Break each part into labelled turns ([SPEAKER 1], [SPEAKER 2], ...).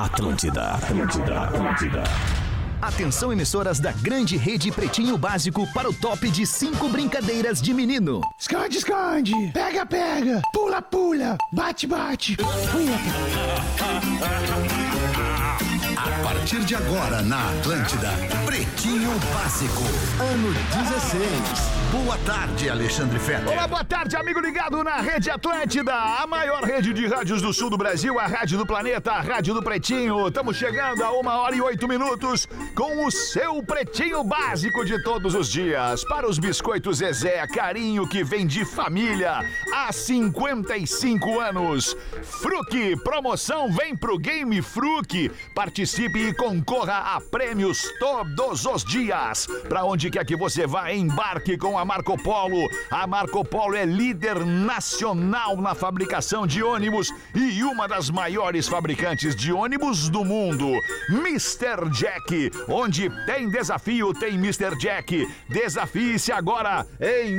[SPEAKER 1] Atlântida, Atlântida, Atlântida. Atenção, emissoras da grande rede Pretinho Básico para o top de cinco brincadeiras de menino.
[SPEAKER 2] Esconde, esconde. Pega, pega. Pula, pula. Bate, bate.
[SPEAKER 3] A partir de agora na Atlântida, Pretinho Básico, ano 16. Boa tarde, Alexandre Fetter.
[SPEAKER 4] Olá, boa tarde, amigo ligado na Rede Atlântida, a maior rede de rádios do sul do Brasil, a rádio do planeta, a rádio do Pretinho. Estamos chegando a uma hora e oito minutos com o seu Pretinho Básico de todos os dias. Para os biscoitos Zezé, carinho que vem de família há 55 anos. Fruc, promoção vem pro Game Fruc. Participe e concorra a prêmios todos os dias. Para onde quer que você vá, embarque com a Marco Polo. A Marco Polo é líder nacional na fabricação de ônibus e uma das maiores fabricantes de ônibus do mundo. Mr. Jack, onde tem desafio, tem Mr. Jack. Desafie-se agora em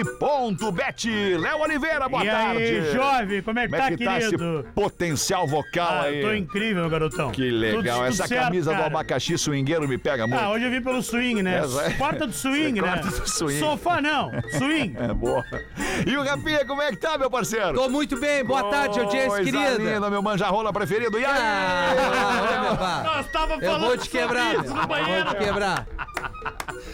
[SPEAKER 4] MrJack.bet. Léo Oliveira, boa
[SPEAKER 5] e
[SPEAKER 4] tarde.
[SPEAKER 5] aí, jovem, como é que
[SPEAKER 4] Como
[SPEAKER 5] tá,
[SPEAKER 4] é que tá esse
[SPEAKER 5] querido?
[SPEAKER 4] potencial vocal
[SPEAKER 5] Ah,
[SPEAKER 4] aí?
[SPEAKER 5] tô incrível, garotão.
[SPEAKER 4] Que legal.
[SPEAKER 5] Tudo- tudo
[SPEAKER 4] Essa
[SPEAKER 5] certo,
[SPEAKER 4] camisa do
[SPEAKER 5] cara.
[SPEAKER 4] abacaxi swingueiro me pega muito.
[SPEAKER 5] Ah, hoje eu vim pelo swing, né?
[SPEAKER 4] Essa é-
[SPEAKER 5] Porta do swing, né?
[SPEAKER 4] Porta do swing.
[SPEAKER 5] Sofá não, swing.
[SPEAKER 4] É boa. E o Rafinha, como é que tá, meu parceiro?
[SPEAKER 6] Tô muito bem, boa tarde, audiência
[SPEAKER 4] Coisa
[SPEAKER 6] querida.
[SPEAKER 4] linda, meu manjarrola preferido. E aí?
[SPEAKER 6] Ah, meu pá.
[SPEAKER 5] Nós tava
[SPEAKER 6] Eu
[SPEAKER 5] falando
[SPEAKER 6] vou te
[SPEAKER 5] sobre
[SPEAKER 6] quebrar,
[SPEAKER 5] isso no
[SPEAKER 6] meu.
[SPEAKER 5] banheiro.
[SPEAKER 6] vou te quebrar.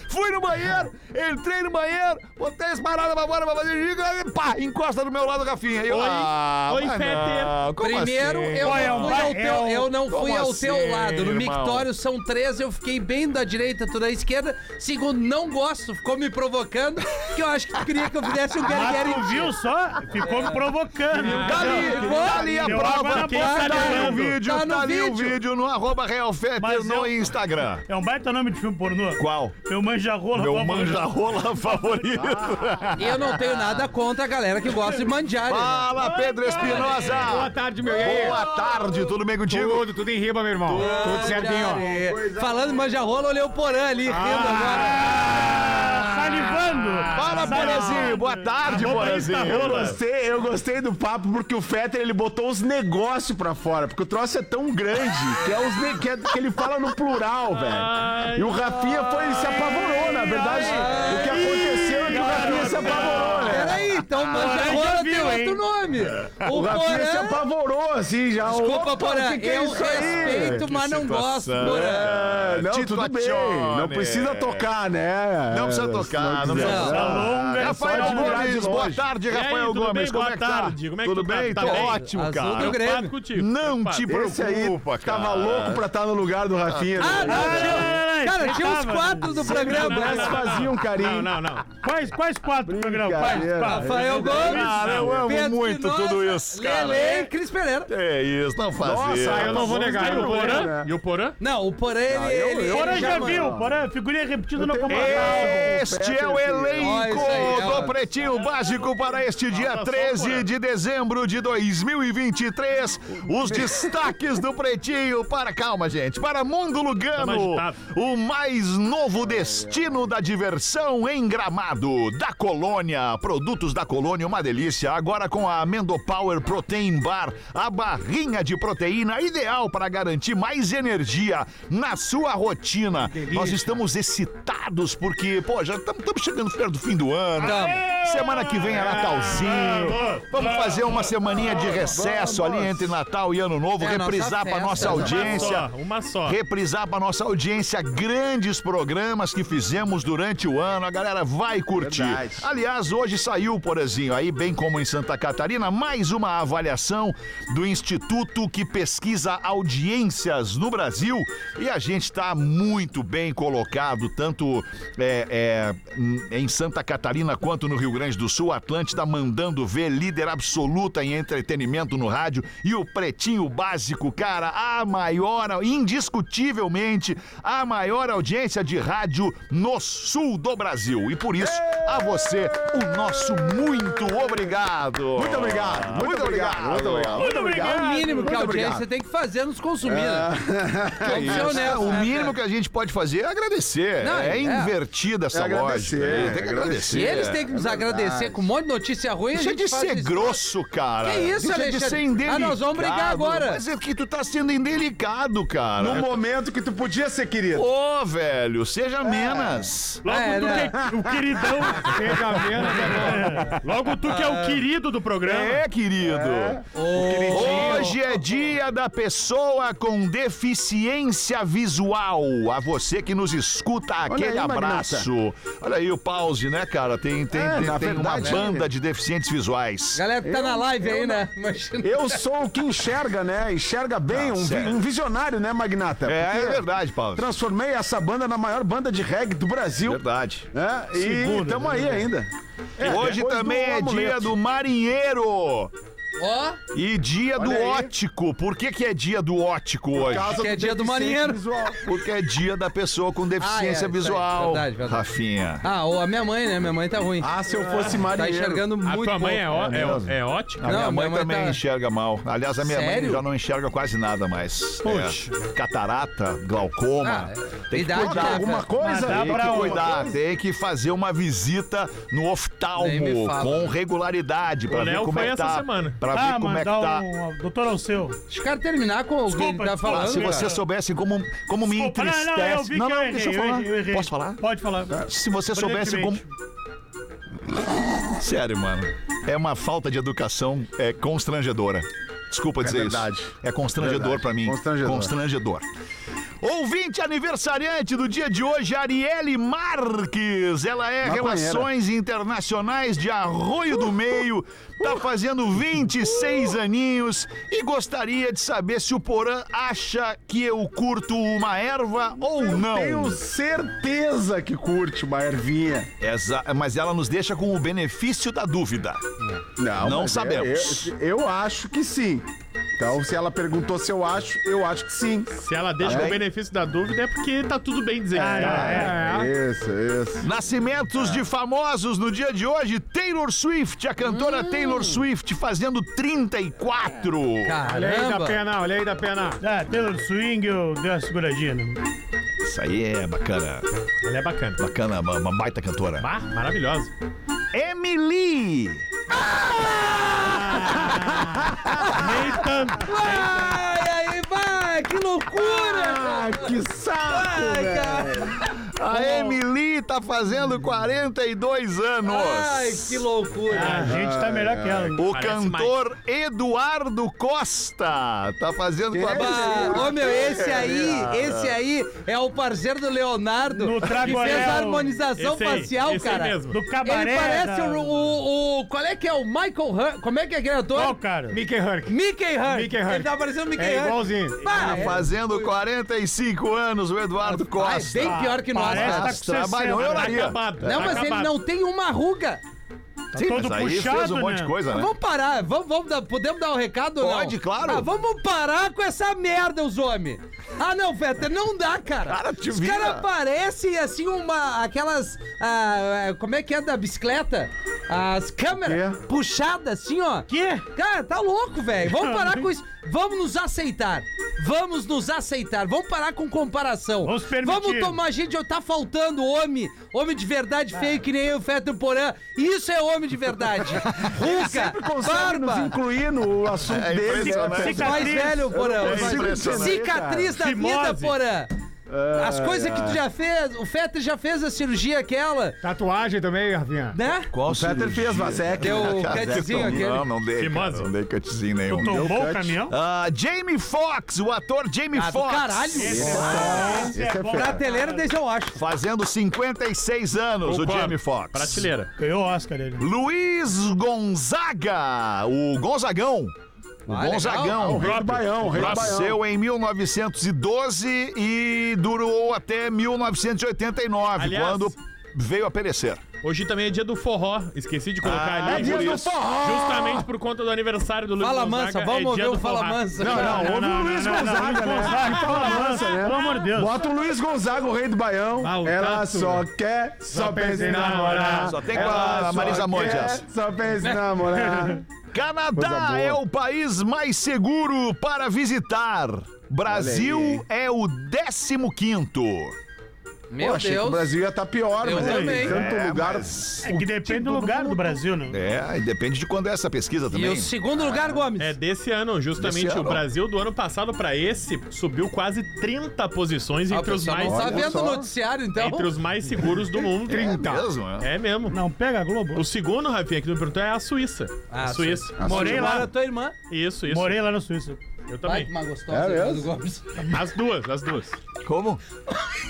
[SPEAKER 4] Fui no banheiro, entrei no banheiro, botei as paradas pra fora pra fazer giga, e pá, encosta do meu lado, Rafinha. Eu,
[SPEAKER 5] Oi.
[SPEAKER 4] ah,
[SPEAKER 5] Oi,
[SPEAKER 4] mas
[SPEAKER 5] Peter.
[SPEAKER 4] não, como
[SPEAKER 6] Primeiro,
[SPEAKER 4] assim?
[SPEAKER 6] eu,
[SPEAKER 5] Qual é o
[SPEAKER 6] não fui ao
[SPEAKER 5] pai? É o-
[SPEAKER 6] teu, eu não
[SPEAKER 4] Como
[SPEAKER 6] fui ao
[SPEAKER 4] assim,
[SPEAKER 6] teu lado. No
[SPEAKER 4] irmão?
[SPEAKER 6] mictório são três, eu fiquei bem da direita, tu da esquerda. Segundo, não gosto, ficou me provocando, que eu acho que tu queria que eu fizesse um
[SPEAKER 5] Mas
[SPEAKER 6] guerreiro.
[SPEAKER 5] tu viu só? Ficou me provocando.
[SPEAKER 4] Dali,
[SPEAKER 5] entendeu?
[SPEAKER 4] dali tá a
[SPEAKER 5] Deu água
[SPEAKER 4] prova.
[SPEAKER 5] na
[SPEAKER 4] Quem
[SPEAKER 5] boca,
[SPEAKER 4] tá ali o
[SPEAKER 5] Leandro.
[SPEAKER 4] vídeo, tá,
[SPEAKER 6] Tá no
[SPEAKER 4] ali o
[SPEAKER 6] vídeo.
[SPEAKER 4] vídeo no arroba RealFetter
[SPEAKER 5] Mas
[SPEAKER 4] no
[SPEAKER 5] eu-
[SPEAKER 4] Instagram.
[SPEAKER 5] É um baita nome de filme pornô.
[SPEAKER 4] Qual?
[SPEAKER 5] Meu manjarrola.
[SPEAKER 4] Meu
[SPEAKER 5] favorito.
[SPEAKER 4] manjarrola favorito.
[SPEAKER 5] Ah.
[SPEAKER 6] Eu não tenho nada contra a galera que gosta de mandiária. né?
[SPEAKER 4] Fala, Pedro Espinosa.
[SPEAKER 7] Boa tarde, meu. E aí?
[SPEAKER 4] Boa tarde, tudo bem contigo?
[SPEAKER 7] Tudo, tudo em riba, meu irmão. Tudo certinho, ó.
[SPEAKER 6] Mandiária. é, Falando em manjarrola, olhei o Porã ali, rindo
[SPEAKER 5] Salivando.
[SPEAKER 4] Fala, Borazinho. Boa tarde,
[SPEAKER 5] Arroba
[SPEAKER 4] Borazinho.
[SPEAKER 7] Eu gostei, eu gostei do papo porque o Fetter ele botou os negócios pra fora, porque o troço é tão grande que é os ne- que, é- que ele fala no plural, velho. E o Rafinha foi ele se apavorou, na verdade. O que aconteceu é que o Rafinha se apavorou,
[SPEAKER 6] agora.
[SPEAKER 7] né?
[SPEAKER 6] Peraí, então
[SPEAKER 5] Porã já
[SPEAKER 6] manjarrola tem
[SPEAKER 5] viu, hein?
[SPEAKER 6] outro nome.
[SPEAKER 7] O
[SPEAKER 6] O
[SPEAKER 7] Rafinha se
[SPEAKER 6] Porã...
[SPEAKER 7] apavorou, assim, já.
[SPEAKER 6] Desculpa,
[SPEAKER 7] Opa,
[SPEAKER 6] Porã,
[SPEAKER 7] que que é
[SPEAKER 6] eu
[SPEAKER 7] isso aí?
[SPEAKER 6] respeito, mas não gosto, Porã.
[SPEAKER 7] É, não,
[SPEAKER 4] Tito
[SPEAKER 7] tudo bem.
[SPEAKER 4] Accione.
[SPEAKER 7] Não precisa tocar, né?
[SPEAKER 4] Não precisa
[SPEAKER 7] É,
[SPEAKER 4] tocar,
[SPEAKER 7] se
[SPEAKER 4] não
[SPEAKER 7] quiser.
[SPEAKER 4] precisa.
[SPEAKER 8] é
[SPEAKER 5] Salonga.
[SPEAKER 4] Rafael
[SPEAKER 7] só de olhar de
[SPEAKER 4] Gomes, boa
[SPEAKER 7] longe.
[SPEAKER 4] tarde,
[SPEAKER 8] E aí,
[SPEAKER 4] Rafael
[SPEAKER 8] tudo bem?
[SPEAKER 4] Gomes.
[SPEAKER 8] Boa
[SPEAKER 4] como é que
[SPEAKER 8] tarde,
[SPEAKER 4] tá?
[SPEAKER 8] como é que
[SPEAKER 4] tudo
[SPEAKER 8] tu tá?
[SPEAKER 4] bem?
[SPEAKER 8] Tá
[SPEAKER 4] Tô
[SPEAKER 8] bem?
[SPEAKER 4] ótimo,
[SPEAKER 6] Azul
[SPEAKER 4] cara.
[SPEAKER 6] do
[SPEAKER 8] Preocupado
[SPEAKER 6] Grêmio.
[SPEAKER 8] contigo.
[SPEAKER 4] Não
[SPEAKER 8] preocupado.
[SPEAKER 4] te
[SPEAKER 7] Esse aí
[SPEAKER 4] preocupa, cara.
[SPEAKER 7] tava louco pra estar no lugar do Rafinha. né?
[SPEAKER 6] Ah, não,
[SPEAKER 5] não, não, não,
[SPEAKER 6] tinha, cara,
[SPEAKER 5] isso
[SPEAKER 6] tinha uns
[SPEAKER 5] tava-
[SPEAKER 6] quatro do programa.
[SPEAKER 8] não,
[SPEAKER 7] Mas fazia um carinho.
[SPEAKER 8] Não, não, não.
[SPEAKER 5] Quais, quais quatro do programa? Quais
[SPEAKER 7] Brincadeira.
[SPEAKER 5] quatro?
[SPEAKER 6] Rafael Gomes.
[SPEAKER 4] Cara, eu amo
[SPEAKER 6] Pedro
[SPEAKER 4] muito
[SPEAKER 6] Espinosa,
[SPEAKER 4] tudo isso, cara.
[SPEAKER 6] Lele e Cris Pereira.
[SPEAKER 4] É isso, não faz
[SPEAKER 7] Nossa,
[SPEAKER 4] isso.
[SPEAKER 7] eu não vou negar.
[SPEAKER 8] E
[SPEAKER 7] eu
[SPEAKER 8] o
[SPEAKER 7] não vou negar,
[SPEAKER 8] Porã?
[SPEAKER 7] né?
[SPEAKER 8] E o Porã?
[SPEAKER 6] Não, o Porã, ele... ele- É
[SPEAKER 5] Porã
[SPEAKER 6] ele
[SPEAKER 5] já
[SPEAKER 6] chama-
[SPEAKER 5] viu, Porã. Figurinha repetida não
[SPEAKER 7] tenho-
[SPEAKER 5] comandava.
[SPEAKER 4] Este é o
[SPEAKER 6] Ó,
[SPEAKER 4] elenco
[SPEAKER 6] isso aí, ó.
[SPEAKER 4] do Pretinho Básico para este dia 13 de dezembro de 2023. Os destaques do Pretinho para, calma, gente, para Mundo Lugano,
[SPEAKER 8] Tamo agitado.
[SPEAKER 4] o mais novo destino da diversão em Gramado, da Colônia. Produtos da Colônia, uma delícia. Agora com a Amendo Power Protein Bar, a barrinha de proteína ideal para garantir mais energia na sua rotina. Nós estamos excitados porque, pô, já estamos chegando perto do fim do ano.
[SPEAKER 6] Tamo.
[SPEAKER 4] Semana que vem é Natalzinho. Vamos fazer uma semaninha de recesso ali entre Natal e Ano Novo,
[SPEAKER 6] É a nossa
[SPEAKER 4] reprisar para nossa
[SPEAKER 6] festa,
[SPEAKER 4] audiência
[SPEAKER 8] Uma só, uma só.
[SPEAKER 4] reprisar para nossa audiência grandes programas que fizemos durante o ano. A galera vai curtir.
[SPEAKER 7] Verdade.
[SPEAKER 4] Aliás, hoje saiu, porazinho, aí bem como em Santa Catarina, mais uma avaliação do instituto que pesquisa audiências no Brasil e a gente está muito bem colocado, tanto é, é, em Santa Catarina quanto no Rio Grande do Sul, Atlântida mandando ver líder absoluta em entretenimento no rádio e o Pretinho Básico, cara, a maior, indiscutivelmente, a maior audiência de rádio no sul do Brasil. E por isso, a você, o nosso muito obrigado.
[SPEAKER 7] Muito Muito obrigado. Muito,
[SPEAKER 4] Muito
[SPEAKER 7] obrigado.
[SPEAKER 4] obrigado.
[SPEAKER 7] Muito obrigado.
[SPEAKER 5] Muito
[SPEAKER 6] É o
[SPEAKER 5] obrigado.
[SPEAKER 6] mínimo que a
[SPEAKER 7] Muito
[SPEAKER 6] audiência
[SPEAKER 7] obrigado.
[SPEAKER 6] tem que fazer é nos consumir. né? Vamos ser
[SPEAKER 4] É,
[SPEAKER 6] honestos,
[SPEAKER 4] o
[SPEAKER 6] né,
[SPEAKER 4] mínimo
[SPEAKER 6] cara?
[SPEAKER 4] que a gente pode fazer é agradecer.
[SPEAKER 6] Não,
[SPEAKER 4] é,
[SPEAKER 6] é.
[SPEAKER 4] invertida essa
[SPEAKER 7] É agradecer,
[SPEAKER 4] lógica. aí. Tem que
[SPEAKER 7] é
[SPEAKER 4] agradecer.
[SPEAKER 7] agradecer.
[SPEAKER 6] E eles têm que nos agradecer com um monte de notícia ruim. a
[SPEAKER 4] Deixa
[SPEAKER 6] gente
[SPEAKER 4] de
[SPEAKER 6] faz
[SPEAKER 4] ser
[SPEAKER 6] isso.
[SPEAKER 4] grosso, cara.
[SPEAKER 6] Que isso,
[SPEAKER 4] Deixa de
[SPEAKER 6] Alexandre?
[SPEAKER 4] ser indelicado.
[SPEAKER 6] Ah, nós vamos brigar agora.
[SPEAKER 4] Mas é que tu tá sendo indelicado,
[SPEAKER 7] No
[SPEAKER 4] cara.
[SPEAKER 7] Um momento que tu podia ser querido.
[SPEAKER 4] Ô, velho, seja menos.
[SPEAKER 5] Logo
[SPEAKER 6] É,
[SPEAKER 5] tu
[SPEAKER 6] né?
[SPEAKER 5] que é o queridão. É. Logo tu que é o querido do programa.
[SPEAKER 4] É, querido. Hoje é dia da pessoa com deficiência visual. A você que nos escuta, aquele
[SPEAKER 7] aí,
[SPEAKER 4] abraço. Olha aí o pause, né, cara? Tem, tem,
[SPEAKER 7] É,
[SPEAKER 4] tem-
[SPEAKER 7] na
[SPEAKER 4] tem uma
[SPEAKER 7] verdade,
[SPEAKER 6] é.
[SPEAKER 4] banda de deficientes visuais.
[SPEAKER 6] Galera que tá na live aí, né? Imagina.
[SPEAKER 7] Eu sou o que enxerga, né? Enxerga bem,
[SPEAKER 4] Ah,
[SPEAKER 7] um, vi-
[SPEAKER 4] sério.
[SPEAKER 7] um visionário, né, Magnata?
[SPEAKER 4] É, é
[SPEAKER 7] Porque
[SPEAKER 4] verdade, Paulo.
[SPEAKER 7] Transformei essa banda na maior banda de reggae do Brasil.
[SPEAKER 4] Verdade.
[SPEAKER 7] Né? E
[SPEAKER 5] Segunda,
[SPEAKER 7] estamos aí ainda. É,
[SPEAKER 4] Hoje
[SPEAKER 7] depois
[SPEAKER 4] também
[SPEAKER 7] do
[SPEAKER 4] é dia
[SPEAKER 7] amuleto.
[SPEAKER 4] do marinheiro
[SPEAKER 6] Ó,
[SPEAKER 4] e dia do
[SPEAKER 7] aí.
[SPEAKER 4] ótico. Por que, que é dia do ótico hoje?
[SPEAKER 7] Causa
[SPEAKER 6] Que é dia do
[SPEAKER 7] deficiente
[SPEAKER 6] marinheiro.
[SPEAKER 7] visual.
[SPEAKER 4] Porque é dia da pessoa com deficiência
[SPEAKER 6] isso aí,
[SPEAKER 4] visual.
[SPEAKER 6] verdade, verdade.
[SPEAKER 4] Rafinha.
[SPEAKER 6] ah, ou a minha mãe, né? Minha mãe tá ruim.
[SPEAKER 7] Ah, se eu fosse
[SPEAKER 6] tá
[SPEAKER 7] marinheiro.
[SPEAKER 6] enxergando
[SPEAKER 8] A
[SPEAKER 6] muito
[SPEAKER 8] tua mãe é,
[SPEAKER 6] pouco.
[SPEAKER 8] ó- é,
[SPEAKER 7] mesmo.
[SPEAKER 8] é ótima?
[SPEAKER 4] A minha
[SPEAKER 6] Não,
[SPEAKER 4] mãe,
[SPEAKER 6] minha mãe
[SPEAKER 4] também
[SPEAKER 6] tá-
[SPEAKER 4] enxerga mal. Aliás, a minha
[SPEAKER 6] Sério?
[SPEAKER 4] mãe já não enxerga quase nada mais.
[SPEAKER 8] Poxa.
[SPEAKER 4] É. Catarata, glaucoma.
[SPEAKER 6] Ah,
[SPEAKER 4] tem que
[SPEAKER 6] idade,
[SPEAKER 4] cuidar.
[SPEAKER 6] né,
[SPEAKER 7] Alguma
[SPEAKER 6] cara?
[SPEAKER 7] coisa?
[SPEAKER 5] Mas dá
[SPEAKER 4] Tem
[SPEAKER 5] pra
[SPEAKER 4] que
[SPEAKER 5] onde?
[SPEAKER 4] cuidar, tem que fazer uma visita no
[SPEAKER 6] Nem me
[SPEAKER 4] oftalmo
[SPEAKER 6] fala.
[SPEAKER 4] com regularidade pra
[SPEAKER 8] O
[SPEAKER 4] ver
[SPEAKER 8] Léo
[SPEAKER 4] como
[SPEAKER 8] foi
[SPEAKER 4] é que
[SPEAKER 8] essa
[SPEAKER 4] tá.
[SPEAKER 8] semana.
[SPEAKER 4] Pra ver
[SPEAKER 5] Ah,
[SPEAKER 4] como é que
[SPEAKER 5] mandar
[SPEAKER 4] tá.
[SPEAKER 5] um. Doutor Alceu.
[SPEAKER 6] Deixa o cara terminar com o que ele
[SPEAKER 5] Desculpa,
[SPEAKER 6] tá
[SPEAKER 5] desculpa,
[SPEAKER 4] Ah,
[SPEAKER 6] falando.
[SPEAKER 4] Se
[SPEAKER 5] cara.
[SPEAKER 4] você soubesse como, como me
[SPEAKER 5] Desculpa, não, não, eu
[SPEAKER 4] entristece.
[SPEAKER 5] vi que eu errei,
[SPEAKER 4] deixa eu
[SPEAKER 5] eu
[SPEAKER 4] falar.
[SPEAKER 5] errei, eu errei.
[SPEAKER 4] Posso falar?
[SPEAKER 5] Pode falar.
[SPEAKER 4] Se você soubesse como.
[SPEAKER 5] Brilhantemente.
[SPEAKER 4] Sério, mano. É uma falta de educação é, constrangedora. Desculpa dizer
[SPEAKER 7] verdade.
[SPEAKER 4] isso. É constrangedor
[SPEAKER 7] Verdade.
[SPEAKER 4] pra mim.
[SPEAKER 7] Constrangedor.
[SPEAKER 4] Constrangedor. Ouvinte aniversariante do dia de hoje, Arielle Marques. Ela é
[SPEAKER 7] Maconheira.
[SPEAKER 4] Relações Internacionais de Arroio do Meio. Tá fazendo 26 aninhos e gostaria de saber se o Porã acha que eu curto uma erva ou não.
[SPEAKER 7] Tenho certeza que curte uma ervinha.
[SPEAKER 4] Exa- mas ela nos deixa com o benefício da dúvida. Não
[SPEAKER 7] mas
[SPEAKER 4] sabemos.
[SPEAKER 7] é- Eu, eu acho que sim. Então, se ela perguntou se eu acho, eu acho que sim.
[SPEAKER 8] Se ela deixa
[SPEAKER 7] Tá
[SPEAKER 8] o
[SPEAKER 7] bem.
[SPEAKER 8] benefício da dúvida é porque tá tudo bem dizer.
[SPEAKER 7] Ah,
[SPEAKER 8] É, é, é.
[SPEAKER 7] Isso, isso.
[SPEAKER 4] Nascimentos de famosos no dia de hoje, Taylor Swift, a cantora
[SPEAKER 6] Hum.
[SPEAKER 4] Taylor Swift fazendo 34.
[SPEAKER 8] Olha aí da
[SPEAKER 6] Caramba.
[SPEAKER 8] pena, olha aí da pena.
[SPEAKER 5] Ah, Taylor Swing, eu dei uma seguradinha. né?
[SPEAKER 4] Isso aí é bacana,
[SPEAKER 8] Ela é bacana.
[SPEAKER 4] bacana, uma, uma baita cantora.
[SPEAKER 8] Bah, maravilhosa.
[SPEAKER 4] Emily!
[SPEAKER 5] Nem tanto.
[SPEAKER 6] Vai, aí, vai! Que loucura!
[SPEAKER 7] Ah, que saco,
[SPEAKER 6] Ai,
[SPEAKER 7] velho.
[SPEAKER 6] cara.
[SPEAKER 4] A Emily tá fazendo 42 anos.
[SPEAKER 6] Ai, que loucura!
[SPEAKER 8] Ah,
[SPEAKER 5] A gente tá melhor que ela.
[SPEAKER 4] O
[SPEAKER 8] Parece
[SPEAKER 4] cantor Eduardo Costa tá fazendo 42
[SPEAKER 6] Bah, Ô meu, esse aí, esse aí é o parceiro do Leonardo
[SPEAKER 5] No
[SPEAKER 6] que
[SPEAKER 5] Tragoel.
[SPEAKER 6] fez a harmonização
[SPEAKER 8] Esse aí,
[SPEAKER 6] facial,
[SPEAKER 8] esse aí
[SPEAKER 6] cara.
[SPEAKER 8] mesmo.
[SPEAKER 5] Do cabaré.
[SPEAKER 6] Ele parece
[SPEAKER 5] da-
[SPEAKER 6] o, o, o- Qual é que é o Michael Hur... Como é que é aquele ator?
[SPEAKER 5] Qual, cara?
[SPEAKER 8] Mickey Hurk.
[SPEAKER 6] Mickey Hurt.
[SPEAKER 8] Mickey Hurt.
[SPEAKER 6] Ele tá parecendo o Mickey
[SPEAKER 8] É
[SPEAKER 6] Hurt.
[SPEAKER 8] igualzinho.
[SPEAKER 6] Bah,
[SPEAKER 4] Tá
[SPEAKER 6] é-
[SPEAKER 4] fazendo 45 anos o Eduardo
[SPEAKER 6] Ah, é
[SPEAKER 4] Costa.
[SPEAKER 6] bem pior que nós,
[SPEAKER 5] Parece
[SPEAKER 6] cara.
[SPEAKER 5] tá com
[SPEAKER 4] Mas trabalhou,
[SPEAKER 5] 60,
[SPEAKER 4] eu daria.
[SPEAKER 8] Acabado.
[SPEAKER 6] Não, mas ele
[SPEAKER 8] tá acabado.
[SPEAKER 6] não tem uma ruga.
[SPEAKER 4] Sim,
[SPEAKER 5] todo
[SPEAKER 4] mas aí
[SPEAKER 5] puxado,
[SPEAKER 4] fez um monte
[SPEAKER 5] né?
[SPEAKER 4] de coisa, né?
[SPEAKER 6] Vamos parar, vamos, vamos dar- podemos dar um recado ou não?
[SPEAKER 4] Pode, claro.
[SPEAKER 6] Ah, vamos parar com essa merda, os homens. Ah, não, Vetter, não dá, cara.
[SPEAKER 4] Cara, te
[SPEAKER 6] os
[SPEAKER 4] vira.
[SPEAKER 6] caras parecem, assim, uma, aquelas, ah, ah, como é que é da bicicleta? As câmeras
[SPEAKER 7] Quê?
[SPEAKER 6] puxadas, assim, ó.
[SPEAKER 5] Quê?
[SPEAKER 6] Cara, tá louco, velho. Vamos parar com isso. Vamos nos aceitar. Vamos nos aceitar. Vamos parar com comparação.
[SPEAKER 5] Vamos permitir.
[SPEAKER 6] Vamos tomar gente. Tá faltando homem. Homem de verdade feio que nem eu, Feto Porã. Isso é homem de verdade. Ruca,
[SPEAKER 7] Sempre consegue nos
[SPEAKER 6] barba.
[SPEAKER 7] incluir no assunto
[SPEAKER 4] É
[SPEAKER 7] dele.
[SPEAKER 4] impressionante.
[SPEAKER 7] né?
[SPEAKER 5] Cicatriz.
[SPEAKER 6] Mais velho, Porã.
[SPEAKER 4] É
[SPEAKER 6] Mais-
[SPEAKER 4] impressionante,
[SPEAKER 6] Cicatriz da vida,
[SPEAKER 5] Fimose.
[SPEAKER 6] Porã. As coisas que tu já fez. O Fetter já fez a cirurgia aquela,
[SPEAKER 8] Tatuagem também, Rafinha.
[SPEAKER 6] né?
[SPEAKER 4] Qual
[SPEAKER 7] O Peter fez é Vasek.
[SPEAKER 6] Deu o cutzinho aquele.
[SPEAKER 4] Não, não dei. Cara,
[SPEAKER 8] Fimose.
[SPEAKER 4] não dei cutzinho nenhum.
[SPEAKER 5] Tomou o caminhão?
[SPEAKER 4] Ah, Jamie Foxx, o ator Jamie
[SPEAKER 6] Ah, do
[SPEAKER 4] Foxx.
[SPEAKER 6] caralho.
[SPEAKER 7] Esse é
[SPEAKER 5] bom.
[SPEAKER 7] fera.
[SPEAKER 6] Prateleira, desde eu acho.
[SPEAKER 4] Fazendo 56 anos,
[SPEAKER 8] Concordo.
[SPEAKER 4] o Jamie Foxx.
[SPEAKER 8] Prateleira.
[SPEAKER 5] Ganhou o Oscar ele.
[SPEAKER 4] Luiz Gonzaga, o Gonzagão. O
[SPEAKER 6] Ah, legal.
[SPEAKER 4] Gonzagão.
[SPEAKER 7] O Rei do Baião, o Rei do Baião.
[SPEAKER 4] Nasceu em 1912 e durou até 1989,
[SPEAKER 8] Aliás-
[SPEAKER 4] quando veio a perecer.
[SPEAKER 8] Hoje também é dia do forró. Esqueci de colocar
[SPEAKER 4] Ah,
[SPEAKER 8] ali.
[SPEAKER 4] é dia
[SPEAKER 8] por
[SPEAKER 4] do
[SPEAKER 8] isso. Justamente por conta do aniversário do Luiz
[SPEAKER 6] Fala
[SPEAKER 8] Gonzaga,
[SPEAKER 6] mansa,
[SPEAKER 8] é
[SPEAKER 6] vamos
[SPEAKER 8] dia
[SPEAKER 6] ver o
[SPEAKER 8] do
[SPEAKER 6] Fala
[SPEAKER 8] forró.
[SPEAKER 6] mansa.
[SPEAKER 7] Não, não, ouve o Luiz Gonzaga, né?
[SPEAKER 5] Fala, mansa,
[SPEAKER 7] né?
[SPEAKER 5] Pelo amor de Deus.
[SPEAKER 7] Bota o Luiz Gonzaga, o rei do Baião.
[SPEAKER 8] Ah, o
[SPEAKER 7] Ela
[SPEAKER 8] Tato.
[SPEAKER 7] só quer, só pensa em
[SPEAKER 8] pensa em namorar.
[SPEAKER 7] namorar.
[SPEAKER 4] Só tem com
[SPEAKER 7] Ela
[SPEAKER 4] a Marisa
[SPEAKER 7] só
[SPEAKER 4] Monte
[SPEAKER 7] quer,
[SPEAKER 4] essa.
[SPEAKER 7] Só pensa em namorar.
[SPEAKER 4] Canadá é o país mais seguro para visitar. Brasil é o 15.
[SPEAKER 6] Meu
[SPEAKER 7] Pô, achei que o
[SPEAKER 6] Deus.
[SPEAKER 7] Brasil ia estar pior,
[SPEAKER 6] Eu
[SPEAKER 7] mas
[SPEAKER 6] também.
[SPEAKER 7] é tanto
[SPEAKER 4] É,
[SPEAKER 7] lugar.
[SPEAKER 4] mas-
[SPEAKER 9] É que depende do lugar do Brasil, né?
[SPEAKER 4] É, e depende de quando é essa pesquisa
[SPEAKER 6] E
[SPEAKER 4] também.
[SPEAKER 6] o segundo lugar, Gomes. Ah,
[SPEAKER 8] É desse ano, justamente.
[SPEAKER 4] Desse ano.
[SPEAKER 8] O Brasil, do ano passado pra esse, subiu quase 30 posições
[SPEAKER 6] Ah, o
[SPEAKER 8] entre os
[SPEAKER 6] pessoal
[SPEAKER 8] mais.
[SPEAKER 6] não tá vendo
[SPEAKER 7] só.
[SPEAKER 6] o noticiário, então.
[SPEAKER 8] Entre os mais seguros do mundo.
[SPEAKER 4] É mesmo, é?
[SPEAKER 8] É mesmo.
[SPEAKER 9] Não, pega a Globo.
[SPEAKER 8] O segundo, Rafinha, que tu me perguntou, é a Suíça.
[SPEAKER 6] Ah,
[SPEAKER 8] A Suíça.
[SPEAKER 9] Morei
[SPEAKER 6] Agora a
[SPEAKER 9] lá.
[SPEAKER 6] tua irmã.
[SPEAKER 8] Isso, isso.
[SPEAKER 9] Morei lá na Suíça.
[SPEAKER 8] Eu também.
[SPEAKER 6] Vai tomar gostosa.
[SPEAKER 7] É
[SPEAKER 6] irmã do
[SPEAKER 7] mesmo?
[SPEAKER 6] Gomes.
[SPEAKER 8] As duas, as duas.
[SPEAKER 4] Como?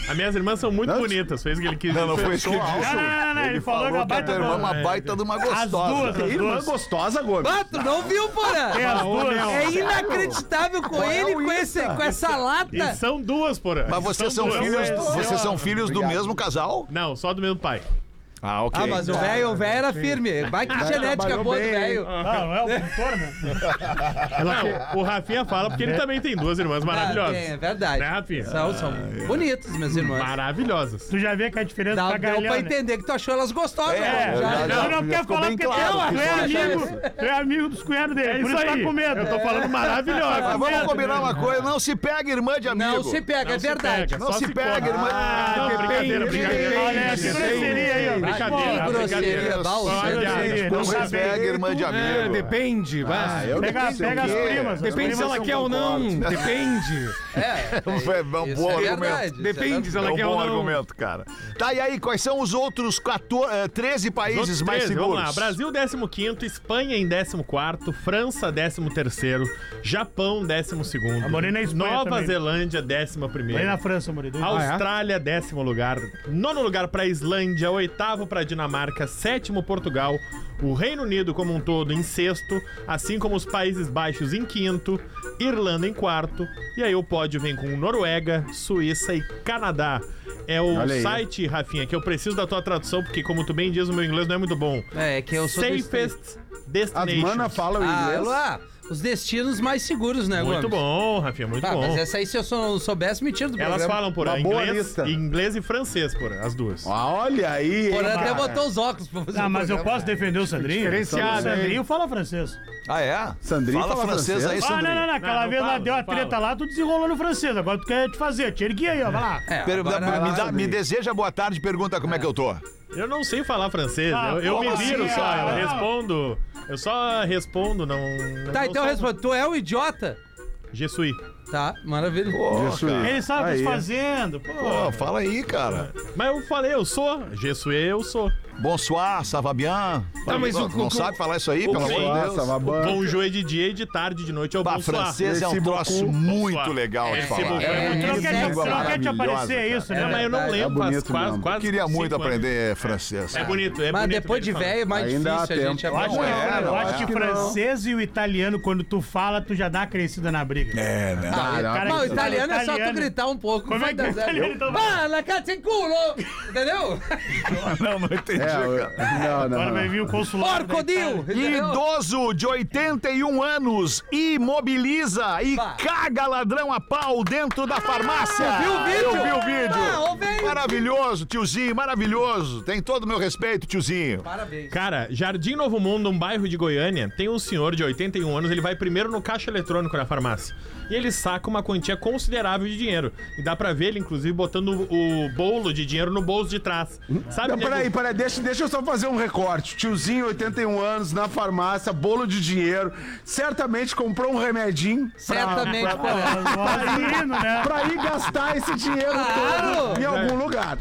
[SPEAKER 8] As minhas irmãs são muito bonitas, foi isso que ele quis
[SPEAKER 4] Não, não foi isso que ele
[SPEAKER 8] Sou
[SPEAKER 4] disse.
[SPEAKER 9] Não, não, não, não, ele falou é
[SPEAKER 4] Falou
[SPEAKER 9] que a
[SPEAKER 4] que a tua
[SPEAKER 9] baita
[SPEAKER 4] irmã é uma
[SPEAKER 9] não.
[SPEAKER 4] baita de uma
[SPEAKER 9] As duas,
[SPEAKER 4] gostosa.
[SPEAKER 9] as
[SPEAKER 7] Irmã
[SPEAKER 9] duas.
[SPEAKER 7] gostosa, Gomes.
[SPEAKER 6] Ah, tu não viu,
[SPEAKER 9] Tem
[SPEAKER 6] Porã?
[SPEAKER 9] as duas.
[SPEAKER 6] É inacreditável com ele, com, esse, com essa
[SPEAKER 8] E
[SPEAKER 6] lata.
[SPEAKER 8] são duas, porra.
[SPEAKER 4] Mas vocês são
[SPEAKER 8] duas.
[SPEAKER 4] filhos,
[SPEAKER 8] São-
[SPEAKER 4] vocês são filhos do mesmo casal?
[SPEAKER 8] Não, só do mesmo pai.
[SPEAKER 4] Ah, ok.
[SPEAKER 6] Ah, mas o velho o velho era firme. Vai que genética
[SPEAKER 7] trabalhou
[SPEAKER 6] boa do
[SPEAKER 7] bem,
[SPEAKER 6] velho.
[SPEAKER 9] Ah, não é o pintor, né?
[SPEAKER 8] Não, o Rafinha fala porque ele também tem duas irmãs
[SPEAKER 6] Ah,
[SPEAKER 8] maravilhosas.
[SPEAKER 6] tem, é verdade.
[SPEAKER 8] Né, Rafinha?
[SPEAKER 6] São, são bonitos, meus irmãos.
[SPEAKER 8] Maravilhosas.
[SPEAKER 9] Tu já vê que a diferença
[SPEAKER 6] Dá,
[SPEAKER 9] tá
[SPEAKER 6] deu pra
[SPEAKER 9] galhando.
[SPEAKER 6] entender que tu achou elas gostosas.
[SPEAKER 9] É,
[SPEAKER 6] né? Já-
[SPEAKER 9] tu
[SPEAKER 7] já- já
[SPEAKER 9] não quer
[SPEAKER 7] ficou
[SPEAKER 9] falar
[SPEAKER 7] bem
[SPEAKER 9] porque
[SPEAKER 7] claro que
[SPEAKER 9] tu é
[SPEAKER 6] só
[SPEAKER 9] amigo,
[SPEAKER 6] isso.
[SPEAKER 9] tu é amigo dos cunhados dele, por isso tá com medo.
[SPEAKER 8] Eu tô falando
[SPEAKER 4] Ah,
[SPEAKER 8] maravilhosa.
[SPEAKER 4] vamos combinar uma coisa, não se pega irmã de amigo.
[SPEAKER 6] Não se pega, é
[SPEAKER 8] Não se
[SPEAKER 6] verdade.
[SPEAKER 8] pega,
[SPEAKER 4] Não
[SPEAKER 8] só
[SPEAKER 4] se pega,
[SPEAKER 8] come.
[SPEAKER 4] irmã.
[SPEAKER 8] Ah, não, brincadeira,
[SPEAKER 9] Olha,
[SPEAKER 8] brincadeira.
[SPEAKER 9] que grosseria aí, ó.
[SPEAKER 8] Brincadeira,
[SPEAKER 6] Que grosseria,
[SPEAKER 8] brincadeira.
[SPEAKER 6] Balsa.
[SPEAKER 8] Olha,
[SPEAKER 9] Grosseria.
[SPEAKER 8] gente,
[SPEAKER 4] Não
[SPEAKER 9] Não
[SPEAKER 4] se
[SPEAKER 9] sabe.
[SPEAKER 4] pega irmã de
[SPEAKER 7] né?
[SPEAKER 4] amigo.
[SPEAKER 10] Depende, vai.
[SPEAKER 7] Ah, Eu
[SPEAKER 9] Pega,
[SPEAKER 7] depende do
[SPEAKER 9] pega as
[SPEAKER 7] quê?
[SPEAKER 9] primas. as
[SPEAKER 10] Depende
[SPEAKER 9] primas
[SPEAKER 10] se ela
[SPEAKER 9] são
[SPEAKER 10] quer ou não.
[SPEAKER 7] concordes.
[SPEAKER 10] Depende.
[SPEAKER 4] É um
[SPEAKER 6] Isso
[SPEAKER 4] bom
[SPEAKER 6] é
[SPEAKER 4] argumento.
[SPEAKER 6] verdade.
[SPEAKER 10] Depende
[SPEAKER 6] isso
[SPEAKER 10] se
[SPEAKER 4] É
[SPEAKER 10] ela
[SPEAKER 4] um
[SPEAKER 10] quer
[SPEAKER 4] bom
[SPEAKER 10] ou não.
[SPEAKER 4] argumento, cara. Tá, e aí, quais são os outros 14, eh, 13
[SPEAKER 8] Os
[SPEAKER 4] países
[SPEAKER 8] outros
[SPEAKER 4] mais
[SPEAKER 8] 13,
[SPEAKER 4] seguros?
[SPEAKER 8] Vamos lá. Brasil 15, Espanha em 14, França 13, Japão 12,
[SPEAKER 9] Eu morei na é Espanha
[SPEAKER 8] Nova
[SPEAKER 9] também.
[SPEAKER 8] Zelândia 11.
[SPEAKER 9] Morei na França, morei. dois anos.
[SPEAKER 8] Austrália, décimo lugar. Nono lugar pra Islândia, oitavo pra Dinamarca, sétimo Portugal, o Reino Unido como um todo em sexto, assim como os Países Baixos em quinto, Irlanda em quarto, e aí o pódio vem com Noruega, Suíça e Canadá. É o
[SPEAKER 7] Olha aí.
[SPEAKER 8] site, Rafinha, que eu preciso da tua tradução, porque como tu bem diz, o meu inglês não é muito bom.
[SPEAKER 6] É, é que eu sou do Estado.
[SPEAKER 8] Safest
[SPEAKER 7] As
[SPEAKER 8] Destination.
[SPEAKER 7] manas falam
[SPEAKER 6] Ah,
[SPEAKER 7] inglês.
[SPEAKER 6] lá, os destinos mais seguros, né,
[SPEAKER 8] Muito
[SPEAKER 6] Gomes?
[SPEAKER 8] bom, Rafinha, muito
[SPEAKER 6] Ah,
[SPEAKER 8] bom.
[SPEAKER 6] mas essa aí, se eu sou- não soubesse, me
[SPEAKER 9] é
[SPEAKER 6] tira do programa.
[SPEAKER 8] Elas falam por
[SPEAKER 7] Uma boa
[SPEAKER 8] inglês,
[SPEAKER 7] lista.
[SPEAKER 8] inglês e francês, por as duas.
[SPEAKER 7] Ah, olha aí.
[SPEAKER 6] Porã
[SPEAKER 7] hein,
[SPEAKER 6] até
[SPEAKER 7] cara.
[SPEAKER 6] botou os óculos pra fazer
[SPEAKER 9] Ah,
[SPEAKER 6] o
[SPEAKER 9] mas eu
[SPEAKER 6] programa.
[SPEAKER 9] posso defender o Sandrinho?
[SPEAKER 7] Diferenciado,
[SPEAKER 9] O Sandrinho fala francês.
[SPEAKER 4] Ah, é?
[SPEAKER 7] Sandrinho
[SPEAKER 4] fala,
[SPEAKER 7] fala
[SPEAKER 4] francês aí,
[SPEAKER 7] francês?
[SPEAKER 9] Ah, não,
[SPEAKER 4] Sandrinho.
[SPEAKER 9] não, não.
[SPEAKER 8] Não,
[SPEAKER 9] Aquela
[SPEAKER 8] não
[SPEAKER 9] vez
[SPEAKER 8] fala,
[SPEAKER 9] lá deu a
[SPEAKER 8] não fala.
[SPEAKER 9] treta lá, tu desenrolou no francês. Agora tu quer te fazer. Te ergui aí, ó. Vai lá.
[SPEAKER 6] É,
[SPEAKER 4] Per-
[SPEAKER 6] agora-
[SPEAKER 4] me, dá- me
[SPEAKER 7] Sandrinho.
[SPEAKER 4] deseja boa tarde e pergunta como é que eu tô.
[SPEAKER 8] Eu não sei falar francês,
[SPEAKER 9] Ah,
[SPEAKER 8] eu, eu
[SPEAKER 9] como
[SPEAKER 8] me viro
[SPEAKER 9] assim,
[SPEAKER 8] só,
[SPEAKER 9] cara?
[SPEAKER 8] eu respondo. Eu só respondo, não.
[SPEAKER 6] Tá, então eu
[SPEAKER 8] eu
[SPEAKER 6] respondo. Tu é um idiota?
[SPEAKER 8] Jesuí.
[SPEAKER 6] Tá, maravilha.
[SPEAKER 7] Isso aí.
[SPEAKER 9] Ele sabe o que
[SPEAKER 7] Aí.
[SPEAKER 9] tá fazendo. Pô.
[SPEAKER 4] Pô, fala aí, cara.
[SPEAKER 8] Mas eu falei, eu sou. Jesuí, eu sou.
[SPEAKER 4] Bonsoir, ça va bien?
[SPEAKER 10] Tá, mas
[SPEAKER 4] não
[SPEAKER 10] o-
[SPEAKER 4] não
[SPEAKER 10] o-
[SPEAKER 4] sabe falar isso aí, pelo amor de Deus?
[SPEAKER 7] Nossa, babando.
[SPEAKER 8] Bom um joelho de dia e de tarde, de noite é o
[SPEAKER 4] Bah,
[SPEAKER 8] bom
[SPEAKER 4] francês é um
[SPEAKER 7] Esse
[SPEAKER 4] troço
[SPEAKER 7] bocu.
[SPEAKER 4] muito
[SPEAKER 8] Bonsoir.
[SPEAKER 4] legal de
[SPEAKER 8] Esse
[SPEAKER 4] falar.
[SPEAKER 8] bocu.
[SPEAKER 4] É,
[SPEAKER 9] Tu não
[SPEAKER 7] Isso é
[SPEAKER 9] quer, tu não quer te
[SPEAKER 7] maravilhosa,
[SPEAKER 9] aparecer,
[SPEAKER 7] cara.
[SPEAKER 9] é isso,
[SPEAKER 6] É,
[SPEAKER 9] né?
[SPEAKER 8] mas eu não
[SPEAKER 6] É
[SPEAKER 8] lembro, faz
[SPEAKER 7] bonito
[SPEAKER 8] quase,
[SPEAKER 7] mesmo.
[SPEAKER 8] quase
[SPEAKER 4] Queria muito
[SPEAKER 8] cinco
[SPEAKER 4] aprender francês.
[SPEAKER 8] anos. É bonito, é
[SPEAKER 6] Mas
[SPEAKER 8] bonito.
[SPEAKER 6] depois de
[SPEAKER 8] mesmo.
[SPEAKER 6] velho é mais
[SPEAKER 7] Ainda há
[SPEAKER 6] difícil a gente
[SPEAKER 7] tempo.
[SPEAKER 9] Eu acho,
[SPEAKER 4] Não
[SPEAKER 9] que
[SPEAKER 6] aprender.
[SPEAKER 4] é,
[SPEAKER 9] não, eu
[SPEAKER 4] não,
[SPEAKER 9] acho
[SPEAKER 4] acho
[SPEAKER 9] que
[SPEAKER 7] que não.
[SPEAKER 9] francês e o italiano, quando tu fala, tu já dá a crescida na briga.
[SPEAKER 4] É, né?
[SPEAKER 6] Ah,
[SPEAKER 7] Caraca.
[SPEAKER 6] mas o italiano é só tu
[SPEAKER 9] Italiano.
[SPEAKER 6] gritar um pouco.
[SPEAKER 9] Como
[SPEAKER 6] vai
[SPEAKER 9] é que
[SPEAKER 6] dar
[SPEAKER 9] o
[SPEAKER 6] zero.
[SPEAKER 9] italiano então vai?
[SPEAKER 6] Bah, la cazzo in culo! Entendeu?
[SPEAKER 4] Não, não entendi,
[SPEAKER 7] É, eu-
[SPEAKER 4] cara.
[SPEAKER 7] não, não,
[SPEAKER 9] Agora vai
[SPEAKER 7] não.
[SPEAKER 9] vir o consulado. da
[SPEAKER 6] Porcodil!
[SPEAKER 9] Itália.
[SPEAKER 6] Entendeu?
[SPEAKER 4] Idoso de 81 anos imobiliza e
[SPEAKER 6] Bah.
[SPEAKER 4] caga ladrão a pau dentro da farmácia.
[SPEAKER 6] viu o vídeo?
[SPEAKER 4] Eu vi o vídeo.
[SPEAKER 6] Ah, ô, velho.
[SPEAKER 4] maravilhoso, tiozinho, maravilhoso. Tem todo o meu respeito, tiozinho.
[SPEAKER 6] Parabéns.
[SPEAKER 8] Cara, Jardim Novo Mundo, um bairro de Goiânia, tem um senhor de 81 anos, ele vai primeiro no caixa eletrônico na farmácia. E ele saca uma quantia considerável de dinheiro. E dá pra ver ele, inclusive, botando o bolo de dinheiro no bolso de trás. Sabe,
[SPEAKER 7] Não,
[SPEAKER 8] nego?
[SPEAKER 7] peraí, peraí, deixa, deixa eu só fazer um recorte. Tiozinho, 81 anos, na farmácia, bolo de dinheiro, certamente comprou um remedinho
[SPEAKER 6] Certamente, Porã.
[SPEAKER 9] Mas o hino, né?
[SPEAKER 7] pra ir gastar esse dinheiro
[SPEAKER 6] Claro!
[SPEAKER 7] todo em algum lugar.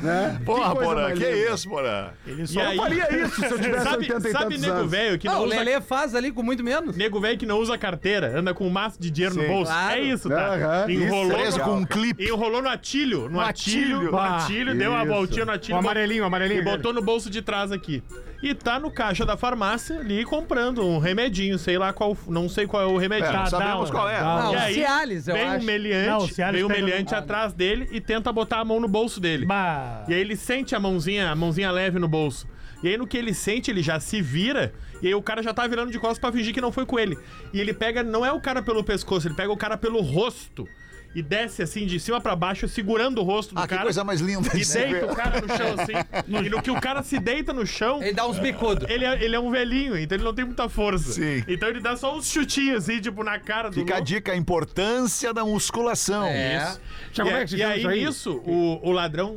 [SPEAKER 7] Né?
[SPEAKER 4] Porra,
[SPEAKER 7] coisa
[SPEAKER 4] Porã,
[SPEAKER 7] mais
[SPEAKER 4] que
[SPEAKER 7] linda.
[SPEAKER 4] isso, Porã?
[SPEAKER 9] Ele
[SPEAKER 8] E
[SPEAKER 9] só
[SPEAKER 8] aí,
[SPEAKER 7] Faria isso se eu tivesse
[SPEAKER 8] sabe,
[SPEAKER 7] 80 e
[SPEAKER 8] sabe
[SPEAKER 7] tantos
[SPEAKER 8] nego
[SPEAKER 7] anos.
[SPEAKER 8] velho que
[SPEAKER 6] Ah,
[SPEAKER 8] não
[SPEAKER 6] o
[SPEAKER 8] usa
[SPEAKER 6] Lelê faz ali com muito menos.
[SPEAKER 8] Nego velho que não usa carteira, anda com um maço de dinheiro
[SPEAKER 4] Sim.
[SPEAKER 8] no bolso.
[SPEAKER 6] Claro.
[SPEAKER 8] É isso, tá?
[SPEAKER 7] Aham, isso,
[SPEAKER 8] enrolou,
[SPEAKER 4] Preso
[SPEAKER 8] no,
[SPEAKER 4] com um clipe.
[SPEAKER 8] enrolou no atilho. No atilho,
[SPEAKER 4] atilho.
[SPEAKER 8] no
[SPEAKER 4] Ah,
[SPEAKER 8] atilho, deu uma
[SPEAKER 7] isso.
[SPEAKER 8] voltinha no atilho.
[SPEAKER 10] O amarelinho, o amarelinho.
[SPEAKER 8] E botou no bolso de trás aqui. E tá no caixa da farmácia ali comprando um remedinho, sei lá qual. Não sei qual é o
[SPEAKER 4] É,
[SPEAKER 8] remedinho. um.
[SPEAKER 4] não
[SPEAKER 9] Tá,
[SPEAKER 4] sabemos
[SPEAKER 9] dá,
[SPEAKER 4] qual é.
[SPEAKER 9] dá.
[SPEAKER 6] Ah,
[SPEAKER 8] E
[SPEAKER 6] o
[SPEAKER 8] aí,
[SPEAKER 6] Cialis, eu
[SPEAKER 8] vem
[SPEAKER 6] acho.
[SPEAKER 8] um meliante,
[SPEAKER 9] Não, o Cialis
[SPEAKER 8] vem um
[SPEAKER 9] pega no-
[SPEAKER 8] meliante atrás dele e tenta botar a mão no bolso dele.
[SPEAKER 9] Bah.
[SPEAKER 8] E aí ele sente a mãozinha, a mãozinha leve no bolso. E aí no que ele sente, ele já se vira, e aí o cara já tá virando de costas pra fingir que não foi com ele. E ele pega, não é o cara pelo pescoço, ele pega o cara pelo rosto. e desce assim de cima pra baixo, segurando o rosto do
[SPEAKER 4] Ah, que
[SPEAKER 8] cara.
[SPEAKER 4] coisa mais linda né?
[SPEAKER 8] E
[SPEAKER 4] de se
[SPEAKER 8] deita
[SPEAKER 4] ver.
[SPEAKER 8] o cara no chão assim. e no que o cara se deita no chão.
[SPEAKER 6] Ele dá uns bicudos.
[SPEAKER 8] Ele é, ele é um velhinho, então ele não tem muita força.
[SPEAKER 4] Sim.
[SPEAKER 8] Então ele dá só uns chutinhos assim, tipo, na cara do.
[SPEAKER 4] Fica a
[SPEAKER 8] louco.
[SPEAKER 4] dica, a importância da musculação.
[SPEAKER 6] É.
[SPEAKER 10] Já
[SPEAKER 8] E,
[SPEAKER 10] como é
[SPEAKER 8] aí-
[SPEAKER 10] que se
[SPEAKER 8] e
[SPEAKER 10] chama
[SPEAKER 8] aí,
[SPEAKER 10] isso aí?
[SPEAKER 8] nisso, o, o ladrão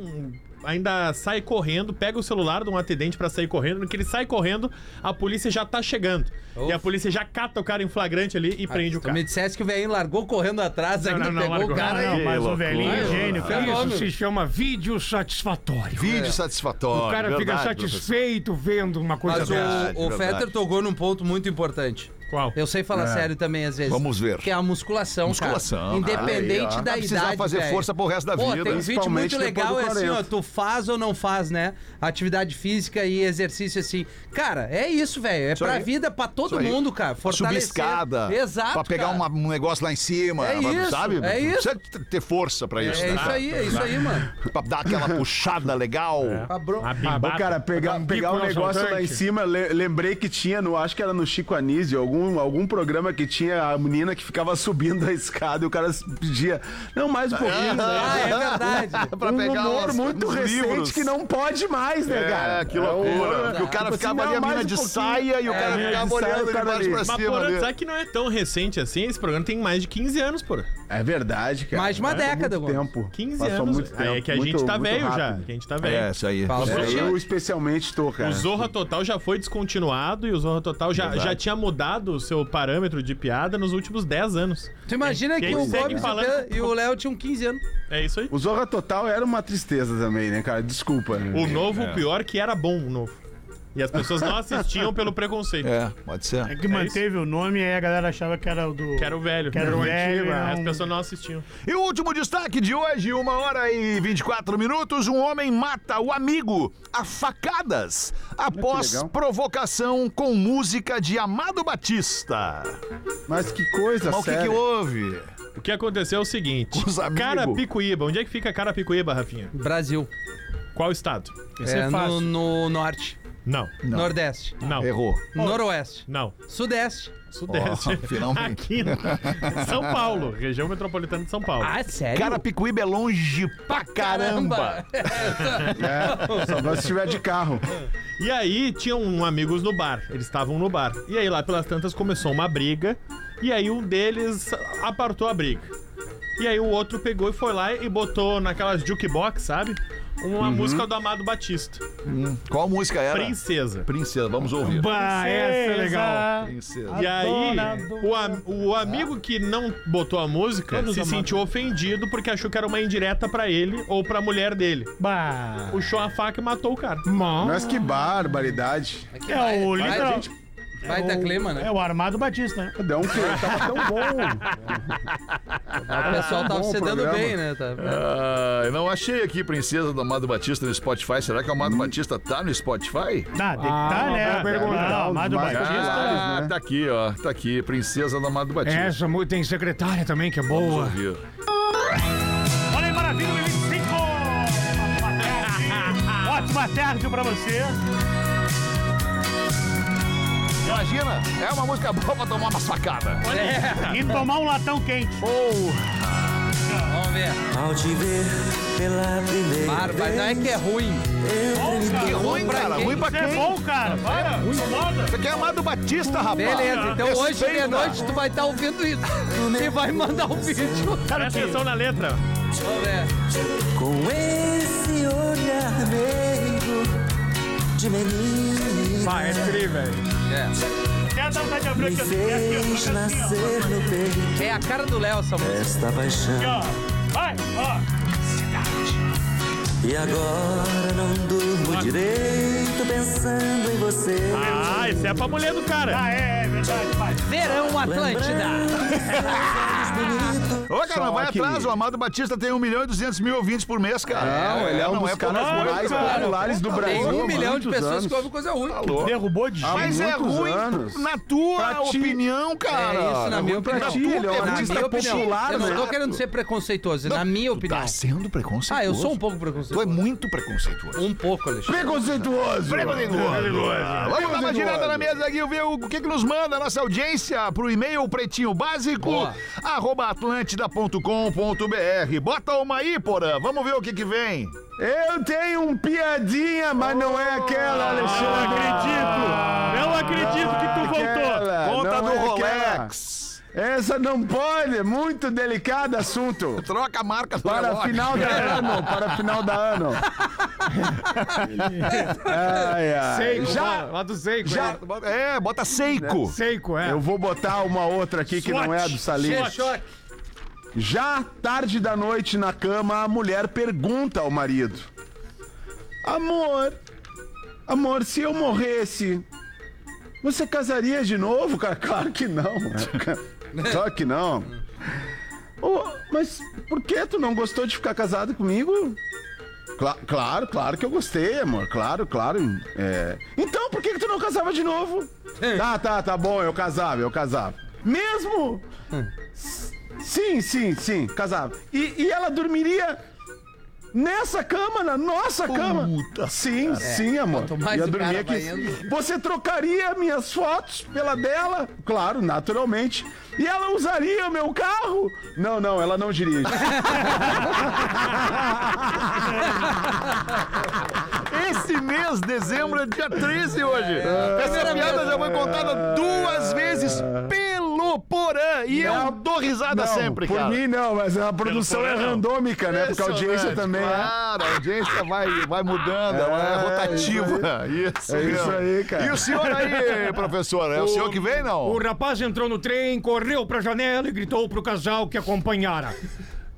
[SPEAKER 8] ainda sai correndo, pega o celular de um atendente pra sair correndo. No que ele sai correndo, a polícia já tá chegando. E a polícia já cata o cara em flagrante ali e prende o
[SPEAKER 6] Tu
[SPEAKER 8] cara.
[SPEAKER 6] Ah, me dissesse que o velhinho largou correndo atrás, ainda
[SPEAKER 8] não, não,
[SPEAKER 6] pegou o
[SPEAKER 8] largou.
[SPEAKER 6] cara um
[SPEAKER 9] Não,
[SPEAKER 6] e...
[SPEAKER 9] mas o
[SPEAKER 4] loucura.
[SPEAKER 9] velhinho é gênio, cara.
[SPEAKER 10] Isso se chama vídeo satisfatório.
[SPEAKER 6] é.
[SPEAKER 4] Vídeo
[SPEAKER 10] O
[SPEAKER 4] satisfatório.
[SPEAKER 10] cara fica
[SPEAKER 4] verdade,
[SPEAKER 10] satisfeito vendo uma coisa
[SPEAKER 6] Mas
[SPEAKER 10] dessa.
[SPEAKER 6] o,
[SPEAKER 4] verdade,
[SPEAKER 6] o
[SPEAKER 4] verdade. É.
[SPEAKER 6] Fetter tocou num ponto muito importante.
[SPEAKER 8] Qual?
[SPEAKER 6] Eu sei falar sério também às vezes.
[SPEAKER 4] Vamos ver.
[SPEAKER 6] Que é a musculação,
[SPEAKER 4] Musculação,
[SPEAKER 6] cara. Independente
[SPEAKER 4] aí, ó.
[SPEAKER 6] da
[SPEAKER 4] Vai precisar
[SPEAKER 6] idade,
[SPEAKER 4] fazer
[SPEAKER 6] velho.
[SPEAKER 4] força pro resto da
[SPEAKER 6] Pô,
[SPEAKER 4] vida.
[SPEAKER 6] tem um vídeo
[SPEAKER 7] Principalmente
[SPEAKER 6] muito
[SPEAKER 7] depois
[SPEAKER 6] legal,
[SPEAKER 7] do
[SPEAKER 6] é assim, ó,
[SPEAKER 7] 40.
[SPEAKER 6] tu faz ou não faz, né? Atividade física e exercício, assim. Cara, é isso, velho. É
[SPEAKER 4] Isso
[SPEAKER 6] pra
[SPEAKER 4] aí.
[SPEAKER 6] vida, pra
[SPEAKER 4] Isso
[SPEAKER 6] todo
[SPEAKER 4] aí.
[SPEAKER 6] mundo, cara.
[SPEAKER 4] Subir
[SPEAKER 6] Fortalecer.
[SPEAKER 4] escada.
[SPEAKER 6] Exato,
[SPEAKER 4] Pra pegar
[SPEAKER 6] cara.
[SPEAKER 4] uma- um negócio lá em cima.
[SPEAKER 6] É isso,
[SPEAKER 4] sabe?
[SPEAKER 6] é isso.
[SPEAKER 4] Precisa t- ter força pra
[SPEAKER 6] É
[SPEAKER 4] isso. né?
[SPEAKER 6] isso aí, é isso aí, mano.
[SPEAKER 4] Pra dar aquela puxada legal.
[SPEAKER 6] A bron-
[SPEAKER 7] Ô, Ah, cara, pegar, pegar um
[SPEAKER 10] no
[SPEAKER 7] negócio lá em
[SPEAKER 10] assaltante.
[SPEAKER 7] cima, le- lembrei que tinha, no, acho que era no Chico Anísio, algum, algum programa que tinha a menina que ficava subindo a escada e o cara pedia, não, mais um pouquinho.
[SPEAKER 6] Ah, é verdade.
[SPEAKER 4] pra
[SPEAKER 7] um
[SPEAKER 4] pegar
[SPEAKER 7] humor
[SPEAKER 4] umas-
[SPEAKER 7] muito
[SPEAKER 4] uns
[SPEAKER 7] recente
[SPEAKER 4] livros.
[SPEAKER 7] que não pode mais, né,
[SPEAKER 4] É,
[SPEAKER 7] cara?
[SPEAKER 4] que loucura.
[SPEAKER 7] É,
[SPEAKER 4] Porque o cara
[SPEAKER 7] tipo
[SPEAKER 4] ficava
[SPEAKER 7] assim,
[SPEAKER 4] ali, a
[SPEAKER 7] não,
[SPEAKER 4] mina
[SPEAKER 7] mais
[SPEAKER 4] de
[SPEAKER 7] um pouquinho.
[SPEAKER 4] saia e o cara
[SPEAKER 7] a mina
[SPEAKER 4] ficava
[SPEAKER 7] de saia,
[SPEAKER 4] olhando
[SPEAKER 7] o
[SPEAKER 4] de
[SPEAKER 7] cara
[SPEAKER 4] baixo
[SPEAKER 7] ali.
[SPEAKER 4] pra
[SPEAKER 8] Mas,
[SPEAKER 4] cima.
[SPEAKER 8] porra,
[SPEAKER 4] ali.
[SPEAKER 8] sabe que não é tão recente assim? Esse programa tem mais de 15 anos, porra.
[SPEAKER 7] É verdade, cara.
[SPEAKER 6] Mais de uma
[SPEAKER 7] Passou
[SPEAKER 6] década,
[SPEAKER 7] muito
[SPEAKER 6] Gomes.
[SPEAKER 7] tempo.
[SPEAKER 8] 15
[SPEAKER 7] Passou
[SPEAKER 8] anos.
[SPEAKER 7] muito
[SPEAKER 8] Aí
[SPEAKER 7] tempo,
[SPEAKER 8] é que a
[SPEAKER 7] muito-
[SPEAKER 8] gente tá
[SPEAKER 7] muito
[SPEAKER 8] velho já.
[SPEAKER 7] rápido.
[SPEAKER 8] Que a gente tá
[SPEAKER 4] É,
[SPEAKER 8] velho.
[SPEAKER 4] isso aí.
[SPEAKER 6] Fala pra
[SPEAKER 7] É,
[SPEAKER 6] Poxa.
[SPEAKER 7] eu especialmente tô, cara.
[SPEAKER 8] O Zorra Total já foi descontinuado e o Zorra Total já, já tinha mudado o seu parâmetro de piada nos últimos 10 anos.
[SPEAKER 6] Tu imagina
[SPEAKER 8] Quem
[SPEAKER 6] que o
[SPEAKER 8] segue
[SPEAKER 6] Gomes e o
[SPEAKER 8] falando-
[SPEAKER 6] Pedro- e o Léo tinham 15 anos.
[SPEAKER 8] É isso aí.
[SPEAKER 7] O Zorra Total era uma tristeza também, né, cara? Desculpa.
[SPEAKER 8] O novo,
[SPEAKER 4] É.
[SPEAKER 8] o pior que era bom o novo. E as pessoas não assistiam pelo preconceito.
[SPEAKER 4] É, pode ser.
[SPEAKER 9] É que manteve o nome e aí a galera achava que era o do.
[SPEAKER 8] Que era o velho.
[SPEAKER 9] Que era um o velho, é.
[SPEAKER 8] né? As
[SPEAKER 9] não-
[SPEAKER 8] pessoas não assistiam.
[SPEAKER 4] E o último destaque de hoje, uma hora e 24 minutos, um homem mata o amigo a facadas após
[SPEAKER 7] legal.
[SPEAKER 4] provocação com música de Amado Batista.
[SPEAKER 7] Mas que coisa,
[SPEAKER 4] Mas o que,
[SPEAKER 7] sério.
[SPEAKER 4] que houve?
[SPEAKER 8] O que aconteceu é o seguinte:
[SPEAKER 4] Os amigos.
[SPEAKER 8] Carapicuíba. Onde é que fica Carapicuíba, Rafinha?
[SPEAKER 6] Brasil.
[SPEAKER 8] Qual estado?
[SPEAKER 9] Esse é
[SPEAKER 6] É, no,
[SPEAKER 9] fácil.
[SPEAKER 6] no norte,
[SPEAKER 8] Não.
[SPEAKER 6] nordeste,
[SPEAKER 8] Não.
[SPEAKER 4] Errou.
[SPEAKER 6] noroeste,
[SPEAKER 8] Não.
[SPEAKER 6] sudeste.
[SPEAKER 8] Sudeste.
[SPEAKER 4] Ó, finalmente.
[SPEAKER 8] Aqui. São Paulo. Região metropolitana de São Paulo.
[SPEAKER 6] Ah, sério?
[SPEAKER 4] Carapicuíba é longe pra caramba.
[SPEAKER 9] É
[SPEAKER 7] É, Só vai se estiver de carro.
[SPEAKER 8] E aí tinham um amigos no bar, eles estavam no bar. E aí lá pelas tantas começou uma briga, e aí um deles apartou a briga. E aí o outro pegou e foi lá e botou naquelas jukebox, sabe? Uma música do Amado Batista,
[SPEAKER 4] Qual música era?
[SPEAKER 8] Princesa.
[SPEAKER 4] Princesa, vamos ouvir.
[SPEAKER 8] Ah,
[SPEAKER 9] Bah, essa é legal.
[SPEAKER 4] Princesa.
[SPEAKER 8] E aí,
[SPEAKER 9] dona do-
[SPEAKER 8] o, am- o amigo que não botou a música
[SPEAKER 9] Todos
[SPEAKER 8] se
[SPEAKER 9] amados.
[SPEAKER 8] sentiu ofendido porque achou que era uma indireta pra ele ou pra mulher dele.
[SPEAKER 9] Bah.
[SPEAKER 8] Puxou a faca e matou o cara.
[SPEAKER 7] Mas que barbaridade.
[SPEAKER 9] É o
[SPEAKER 6] vai,
[SPEAKER 9] literal.
[SPEAKER 6] vai dar clima, né?
[SPEAKER 9] É o Armado Batista, né?
[SPEAKER 7] Não, um que ele tava tão bom.
[SPEAKER 6] Ah, o pessoal tava
[SPEAKER 7] bom
[SPEAKER 6] se dando
[SPEAKER 7] programa.
[SPEAKER 6] bem, né? Tá-
[SPEAKER 4] Ah, eu não achei aqui Princesa do Amado Batista no Spotify. Será que o Amado Batista tá no Spotify?
[SPEAKER 9] Tá, tem que tá, né?
[SPEAKER 10] boa pergunta.
[SPEAKER 9] Ah, Armado
[SPEAKER 7] Mas-
[SPEAKER 9] Batista.
[SPEAKER 4] Ah,
[SPEAKER 7] né?
[SPEAKER 4] tá aqui, ó. Tá aqui, Princesa do Amado Batista.
[SPEAKER 10] Essa mu- tem secretária também, que é boa.
[SPEAKER 4] Viu?
[SPEAKER 9] Olha aí, maravilha, 25! Ótima tarde pra você.
[SPEAKER 4] Imagina, é uma música boa pra tomar uma facada.
[SPEAKER 9] E tomar um latão quente.
[SPEAKER 6] Vamos ver.
[SPEAKER 11] Ao te ver pela primeira
[SPEAKER 6] Mar, mas não é que é ruim.
[SPEAKER 4] Que É ruim, cara. Ruim pra
[SPEAKER 9] Isso é
[SPEAKER 4] quem?
[SPEAKER 9] bom, cara. Para. Incomoda.
[SPEAKER 4] Você quer é Amado Batista, rapaz?
[SPEAKER 6] Beleza, então
[SPEAKER 9] Ah,
[SPEAKER 6] hoje de
[SPEAKER 4] Respeita.
[SPEAKER 9] né?
[SPEAKER 6] noite tu vai estar ouvindo isso. E vai mandar um vídeo.
[SPEAKER 8] Presta atenção na letra.
[SPEAKER 6] Vamos ver.
[SPEAKER 11] com esse olhar negro de menina
[SPEAKER 9] Ah,
[SPEAKER 10] Pá, é tri, velho.
[SPEAKER 6] É.
[SPEAKER 9] Quer dar vontade de abrir
[SPEAKER 11] me
[SPEAKER 9] aqui, ó. Aqui, ó.
[SPEAKER 11] fez
[SPEAKER 9] Aqui,
[SPEAKER 11] nascer no peito
[SPEAKER 6] É a cara do Léo essa música.
[SPEAKER 11] esta paixão.
[SPEAKER 9] ó. Vai, ó.
[SPEAKER 11] E agora não durmo direito pensando em você.
[SPEAKER 8] Ah, isso é pra mulher do cara.
[SPEAKER 9] Ah, é, é verdade. Vai.
[SPEAKER 6] Verão Atlântida.
[SPEAKER 4] Ô, cara, não
[SPEAKER 7] Só
[SPEAKER 4] vai
[SPEAKER 7] que-
[SPEAKER 4] atrás. O Amado Batista tem 1 milhão e 200 mil ouvintes por mês, cara.
[SPEAKER 7] Não, ele é um dos
[SPEAKER 4] pouca
[SPEAKER 7] caras
[SPEAKER 4] coisa,
[SPEAKER 7] mais
[SPEAKER 4] cara.
[SPEAKER 7] populares do
[SPEAKER 6] Tem
[SPEAKER 7] Brasil.
[SPEAKER 6] um
[SPEAKER 7] há
[SPEAKER 6] milhão de
[SPEAKER 7] muitos
[SPEAKER 6] pessoas
[SPEAKER 7] anos.
[SPEAKER 6] que ouvem coisa ruim.
[SPEAKER 9] Derrubou de jeito.
[SPEAKER 4] Mas é
[SPEAKER 7] muitos
[SPEAKER 4] ruim
[SPEAKER 7] anos.
[SPEAKER 4] na tua
[SPEAKER 7] Pra ti-
[SPEAKER 4] opinião, cara.
[SPEAKER 6] É isso, na minha
[SPEAKER 7] pra
[SPEAKER 6] opinião.
[SPEAKER 7] ti, ele é um
[SPEAKER 6] Na
[SPEAKER 7] artista
[SPEAKER 6] minha opinião.
[SPEAKER 7] popular,
[SPEAKER 6] Eu não tô
[SPEAKER 7] né?
[SPEAKER 6] querendo ser preconceituoso, é na minha opinião.
[SPEAKER 4] Tá sendo preconceituoso.
[SPEAKER 6] Ah, eu sou um pouco
[SPEAKER 4] Tu é
[SPEAKER 6] preconceituoso.
[SPEAKER 4] muito preconceituoso.
[SPEAKER 6] Um pouco, Alexandre.
[SPEAKER 7] Preconceituoso!
[SPEAKER 4] Ah, Vamos dar uma girada na mesa aqui, ver o que, que nos manda a nossa audiência pro e-mail pretinho básico,
[SPEAKER 6] Boa.
[SPEAKER 4] arroba atlântida.com.br. Porã.com.br. Bota uma aí, Porã. Vamos ver o que que vem.
[SPEAKER 7] Eu tenho um piadinha, mas não é aquela, Alexandre. é Não acredito.
[SPEAKER 5] Não acredito que tu voltou.
[SPEAKER 7] Conta
[SPEAKER 4] do
[SPEAKER 7] Rolex. é Essa não pode, é muito delicado assunto.
[SPEAKER 4] Troca a marca do
[SPEAKER 7] Para
[SPEAKER 4] relógio.
[SPEAKER 7] final da ano, para final da ano. ai, ai.
[SPEAKER 10] Seiko,
[SPEAKER 7] já,
[SPEAKER 10] lá, lá do Seiko.
[SPEAKER 7] já-
[SPEAKER 4] É, bota
[SPEAKER 8] Né?
[SPEAKER 4] Seiko.
[SPEAKER 10] Seiko, é.
[SPEAKER 7] Eu vou botar uma outra aqui que não é a do Salim. Já tarde da noite na cama, a mulher pergunta ao marido: Amor, amor, se eu morresse, você casaria de novo, cara? Claro que não. né? Só que não. "Ô, mas por que tu não gostou de ficar casado comigo? "Cla- claro, claro que eu gostei, amor. Claro, claro. É. Então por que, que tu não casava de novo? tá, tá, tá bom, eu casava, eu casava. Mesmo? Sim, sim, sim, casava. E, e ela dormiria nessa cama, na nossa cama. Sim,
[SPEAKER 8] É.
[SPEAKER 7] sim, amor.
[SPEAKER 6] quanto mais
[SPEAKER 7] Ia
[SPEAKER 6] o cara
[SPEAKER 7] dormir
[SPEAKER 6] vai
[SPEAKER 7] aqui.
[SPEAKER 6] indo.
[SPEAKER 7] Você trocaria minhas fotos pela dela? Claro, naturalmente. E ela usaria o meu carro? Não, não, ela não dirige.
[SPEAKER 6] Tá
[SPEAKER 4] Esse mês, dezembro, é dia 13 hoje.
[SPEAKER 7] É.
[SPEAKER 4] Essa é piada já foi contada duas vezes pelo Porã. E eu dou risada
[SPEAKER 7] Não,
[SPEAKER 4] sempre,
[SPEAKER 7] por
[SPEAKER 4] cara.
[SPEAKER 7] mim não, mas a produção é
[SPEAKER 8] Porã, não.
[SPEAKER 7] randômica, né? Porque a audiência
[SPEAKER 4] Impressionante.
[SPEAKER 7] também é.
[SPEAKER 4] Claro, a audiência vai, vai mudando, ela é, rotativa. Isso,
[SPEAKER 7] É isso
[SPEAKER 4] mesmo.
[SPEAKER 7] aí, cara.
[SPEAKER 4] E o senhor aí, professor? É o, senhor que vem, não?
[SPEAKER 10] O rapaz entrou no trem, correu pra janela e gritou pro casal que acompanhara.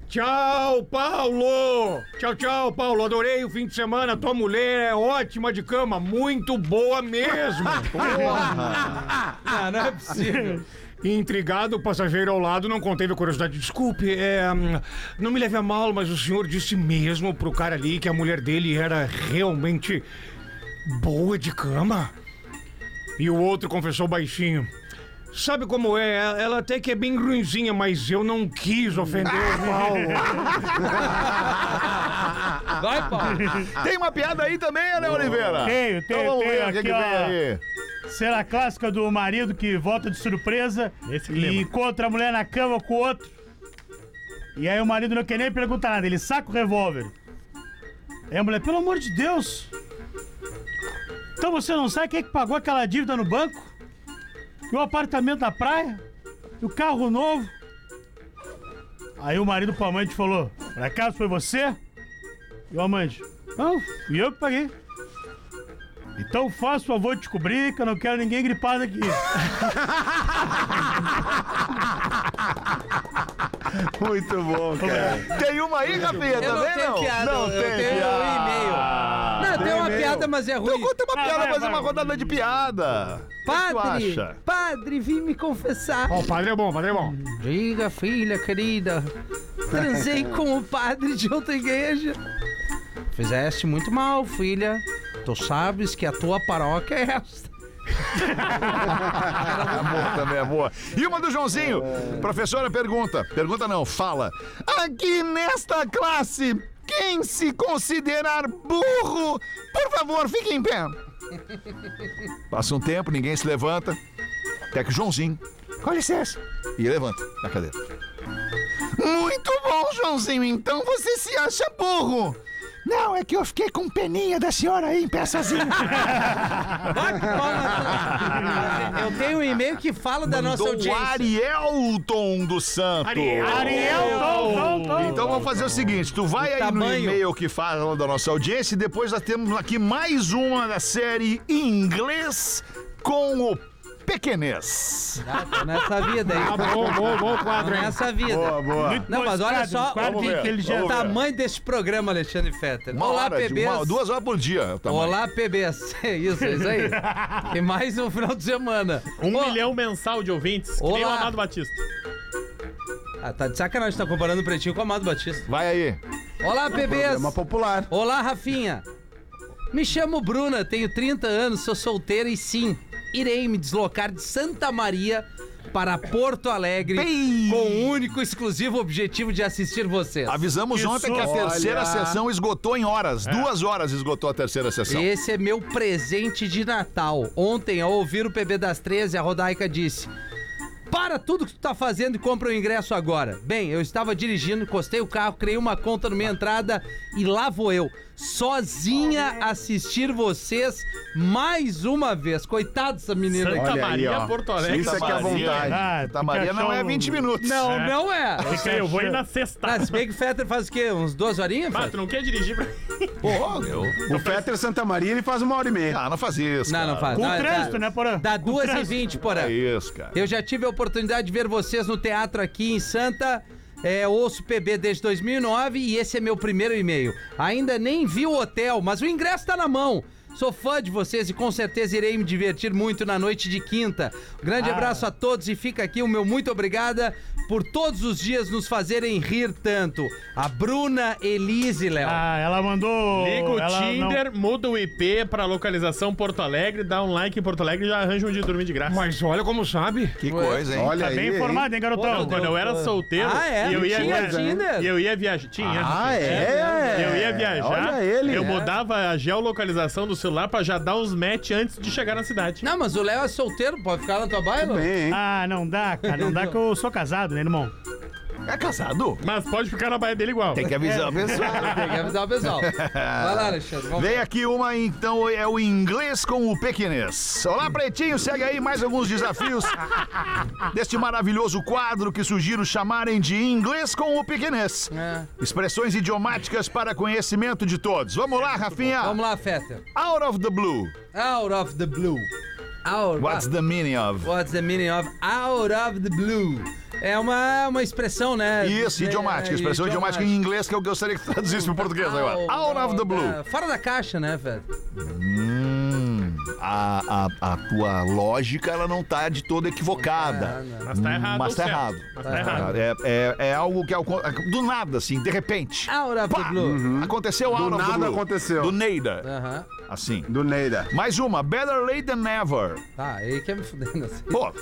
[SPEAKER 10] Tchau, Paulo! Tchau, tchau, Paulo. Adorei o fim de semana. Tua mulher é ótima de cama, muito boa mesmo.
[SPEAKER 6] Ah, não é possível.
[SPEAKER 10] Intrigado, o passageiro ao lado não conteve a curiosidade. Desculpe, é, hum, não me leve a mal, mas o senhor disse mesmo pro cara ali que a mulher dele era realmente boa de cama? E o outro confessou baixinho. Sabe como é? Ela- Ela até que é bem ruinzinha, mas eu não quis ofender o Paulo.
[SPEAKER 6] Vai, Paulo.
[SPEAKER 4] Tem uma piada aí também, né, Oliveira?
[SPEAKER 9] Tenho, tenho,
[SPEAKER 4] Então vamos
[SPEAKER 9] tenho
[SPEAKER 4] ver o que,
[SPEAKER 9] aqui,
[SPEAKER 4] que vem
[SPEAKER 9] ó.
[SPEAKER 4] aí.
[SPEAKER 9] Será a clássica do marido que volta de surpresa
[SPEAKER 8] Nesse
[SPEAKER 9] e
[SPEAKER 8] clima.
[SPEAKER 9] encontra a mulher na cama com o outro. E aí o marido não quer nem perguntar nada, ele saca o revólver. Aí a mulher, pelo amor de Deus! Então você não sabe quem é que pagou aquela dívida no banco? E o apartamento na praia? E o carro novo? Aí o marido pro amante falou, por acaso foi você? E o amante, não, fui eu que paguei. Então faça o favor de descobrir que eu não quero ninguém gripado aqui.
[SPEAKER 7] Muito bom, cara.
[SPEAKER 4] Tem uma aí, Rafinha,
[SPEAKER 6] Eu não
[SPEAKER 4] também
[SPEAKER 6] tenho
[SPEAKER 4] não?
[SPEAKER 6] piada,
[SPEAKER 4] não
[SPEAKER 6] eu tenho um e-mail. Não, eu tenho uma piada, mas é
[SPEAKER 4] Então
[SPEAKER 6] ruim.
[SPEAKER 4] conta uma
[SPEAKER 9] Ah,
[SPEAKER 4] piada,
[SPEAKER 9] vai,
[SPEAKER 4] fazer
[SPEAKER 9] vai.
[SPEAKER 4] uma rodada de piada. O que
[SPEAKER 6] Padre,
[SPEAKER 4] que tu acha?
[SPEAKER 6] padre, vim me confessar.
[SPEAKER 10] Ó, padre é bom, padre é bom.
[SPEAKER 6] Diga, filha querida, transei com o padre de outra igreja. Fizeste muito mal, filha. Tu sabes que a tua paróquia é esta.
[SPEAKER 4] É boa também, é boa. E uma do Joãozinho. Professora pergunta. Pergunta não, fala. Aqui nesta classe, quem se considerar burro, por favor, fique em pé. Passa um tempo, ninguém se levanta. Até que o Joãozinho. Com licença. E levanta da cadeira. Muito bom, Joãozinho. Então você se acha burro.
[SPEAKER 2] Não, é que eu fiquei com peninha da senhora aí em pé sozinho.
[SPEAKER 6] Vai, que pau na tua- Eu tenho um e-mail que fala da nossa
[SPEAKER 4] Do
[SPEAKER 6] audiência.
[SPEAKER 4] Arielton dos Santos.
[SPEAKER 9] Ariel, tom, tom, tom.
[SPEAKER 4] Então vamos fazer o seguinte: tu vai aí no
[SPEAKER 6] Oh. Tamanho.
[SPEAKER 4] e-mail que fala da nossa audiência e depois nós temos aqui mais uma da série Inglês com o Pequenês.
[SPEAKER 6] Tá nessa vida
[SPEAKER 10] Tá
[SPEAKER 6] aí.
[SPEAKER 10] bom, bom, bom quadro, hein?
[SPEAKER 6] Nessa vida.
[SPEAKER 8] Tá
[SPEAKER 7] Boa, boa.
[SPEAKER 9] Muito
[SPEAKER 6] Não, mas olha
[SPEAKER 9] mostrado,
[SPEAKER 6] só
[SPEAKER 9] um quadro
[SPEAKER 6] o-
[SPEAKER 9] inteligente.
[SPEAKER 6] o tamanho desse programa, Alexandre Fetter.
[SPEAKER 4] Uma
[SPEAKER 6] Olá,
[SPEAKER 4] hora, de
[SPEAKER 6] bebês.
[SPEAKER 4] uma, duas horas por dia. é o tamanho.
[SPEAKER 6] Olá, PBs. É isso, é isso aí. E mais um final de semana.
[SPEAKER 8] Um
[SPEAKER 6] Ó,
[SPEAKER 8] milhão mensal de ouvintes, que nem o
[SPEAKER 6] Olá.
[SPEAKER 8] Amado Batista.
[SPEAKER 6] Ah, tá de sacanagem, tá comparando o Pretinho com o Amado Batista.
[SPEAKER 4] Vai aí.
[SPEAKER 6] Olá, PBs.
[SPEAKER 7] Programa popular.
[SPEAKER 6] Olá, Rafinha. Me chamo Bruna, tenho 30 anos, sou solteira e sim, irei me deslocar de Santa Maria para Porto Alegre com o único e exclusivo objetivo de assistir vocês.
[SPEAKER 4] Avisamos ontem que a
[SPEAKER 7] olha.
[SPEAKER 4] terceira sessão esgotou em horas. Duas horas esgotou a terceira sessão.
[SPEAKER 6] Esse é meu presente de Natal. Ontem, ao ouvir o PB das 13, a Rodaica disse: Para tudo que tu tá fazendo e compra o ingresso agora. Bem, eu estava dirigindo, encostei o carro, criei uma conta na minha entrada e lá vou eu, sozinha assistir vocês mais uma vez. Coitado dessa menina
[SPEAKER 8] Santa Olha aí, Maria, ó. Porto Alegre. Isso aqui é vontade. Ah,
[SPEAKER 4] Santa Maria não é 20 minutos.
[SPEAKER 6] Não,
[SPEAKER 4] É.
[SPEAKER 6] não é.
[SPEAKER 4] Eu sei, eu vou ir na
[SPEAKER 8] sexta.
[SPEAKER 6] Ah, se bem que o Fetter faz o quê? Uns duas horinhas?
[SPEAKER 8] Mas tu não quer dirigir pra
[SPEAKER 4] Porra, meu.
[SPEAKER 7] O Fetter Santa Maria, ele faz uma hora e
[SPEAKER 8] Tá
[SPEAKER 7] meia.
[SPEAKER 4] Ah, não faz isso.
[SPEAKER 6] Não, não faz. Dá- dá- Dá 2h20, Porã.
[SPEAKER 4] É isso, cara.
[SPEAKER 6] Eu já tive a oportunidade de ver vocês no teatro aqui em Santa. É, ouço PB desde 2009 e esse é meu primeiro e-mail. Ainda nem vi o hotel, mas o ingresso tá na mão. Sou fã de vocês e com certeza irei me divertir muito na noite de quinta. Um grande
[SPEAKER 12] Ah.
[SPEAKER 6] abraço a todos e fica aqui o meu muito obrigada por todos os dias nos fazerem rir tanto. A Bruna Elise, Léo.
[SPEAKER 9] Ah, ela mandou.
[SPEAKER 8] Liga o
[SPEAKER 9] ela
[SPEAKER 8] Tinder, muda o IP pra localização Porto Alegre, dá um like em Porto Alegre e já arranja um dia de dormir de graça.
[SPEAKER 10] Mas olha como sabe.
[SPEAKER 8] Que
[SPEAKER 10] coisa, hein? Olha
[SPEAKER 8] tá
[SPEAKER 10] aí,
[SPEAKER 8] bem
[SPEAKER 10] hein?
[SPEAKER 8] informado, hein, garotão?
[SPEAKER 10] Pô,
[SPEAKER 8] quando eu era solteiro,
[SPEAKER 10] Ah, é?
[SPEAKER 8] e eu ia
[SPEAKER 10] Tinha
[SPEAKER 8] viajar.
[SPEAKER 10] Tinder?
[SPEAKER 8] E eu ia viajar. Tinha.
[SPEAKER 10] Ah, é?
[SPEAKER 8] Eu ia viajar.
[SPEAKER 10] Olha ele.
[SPEAKER 8] Eu
[SPEAKER 10] É.
[SPEAKER 8] mudava a geolocalização do celular pra já dar uns match antes de chegar na cidade.
[SPEAKER 6] Não, mas o Léo é solteiro, pode ficar na tua baila?
[SPEAKER 9] Ah, não dá, cara. Não dá que eu sou casado, né, irmão?
[SPEAKER 4] É casado?
[SPEAKER 8] Mas pode ficar na baia dele igual.
[SPEAKER 4] Tem que avisar o pessoal.
[SPEAKER 6] Tem que avisar o pessoal. Vai lá, Alexandre. Vamos
[SPEAKER 4] Vem aqui uma, então, é o inglês com o pequenês. Olá, Pretinho, segue aí mais alguns desafios deste maravilhoso quadro que sugiro chamarem de inglês com o pequenês.
[SPEAKER 6] É.
[SPEAKER 4] Expressões idiomáticas para conhecimento de todos. Vamos lá, Rafinha? Vamos
[SPEAKER 6] lá, Feta.
[SPEAKER 4] Out of the blue.
[SPEAKER 6] Out of the blue. Out
[SPEAKER 4] What's the meaning of?
[SPEAKER 6] What's the meaning of out of the blue? É uma, uma expressão, né?
[SPEAKER 4] Isso,
[SPEAKER 6] É,
[SPEAKER 4] idiomática. Expressão idiomática em inglês que eu gostaria que traduzisse para o português agora.
[SPEAKER 6] Out,
[SPEAKER 4] Out of the blue.
[SPEAKER 6] é, Fora da caixa, né, velho?
[SPEAKER 4] Hum, a, a, a tua lógica ela não tá de toda
[SPEAKER 6] É,
[SPEAKER 4] equivocada.
[SPEAKER 8] Mas tá errado,
[SPEAKER 4] Mas tá
[SPEAKER 8] certo.
[SPEAKER 4] errado.
[SPEAKER 8] Mas tá errado.
[SPEAKER 4] É, é, é algo que é ao con- do nada, assim, de repente.
[SPEAKER 6] Out of the blue.
[SPEAKER 4] Uhum. Aconteceu
[SPEAKER 7] Do
[SPEAKER 4] out of the
[SPEAKER 7] nada
[SPEAKER 4] blue.
[SPEAKER 7] aconteceu.
[SPEAKER 4] Do Neida. Assim. Do Neida. Mais uma. Better late than never.
[SPEAKER 6] Tá, aí que é me fudendo assim.
[SPEAKER 4] Pô,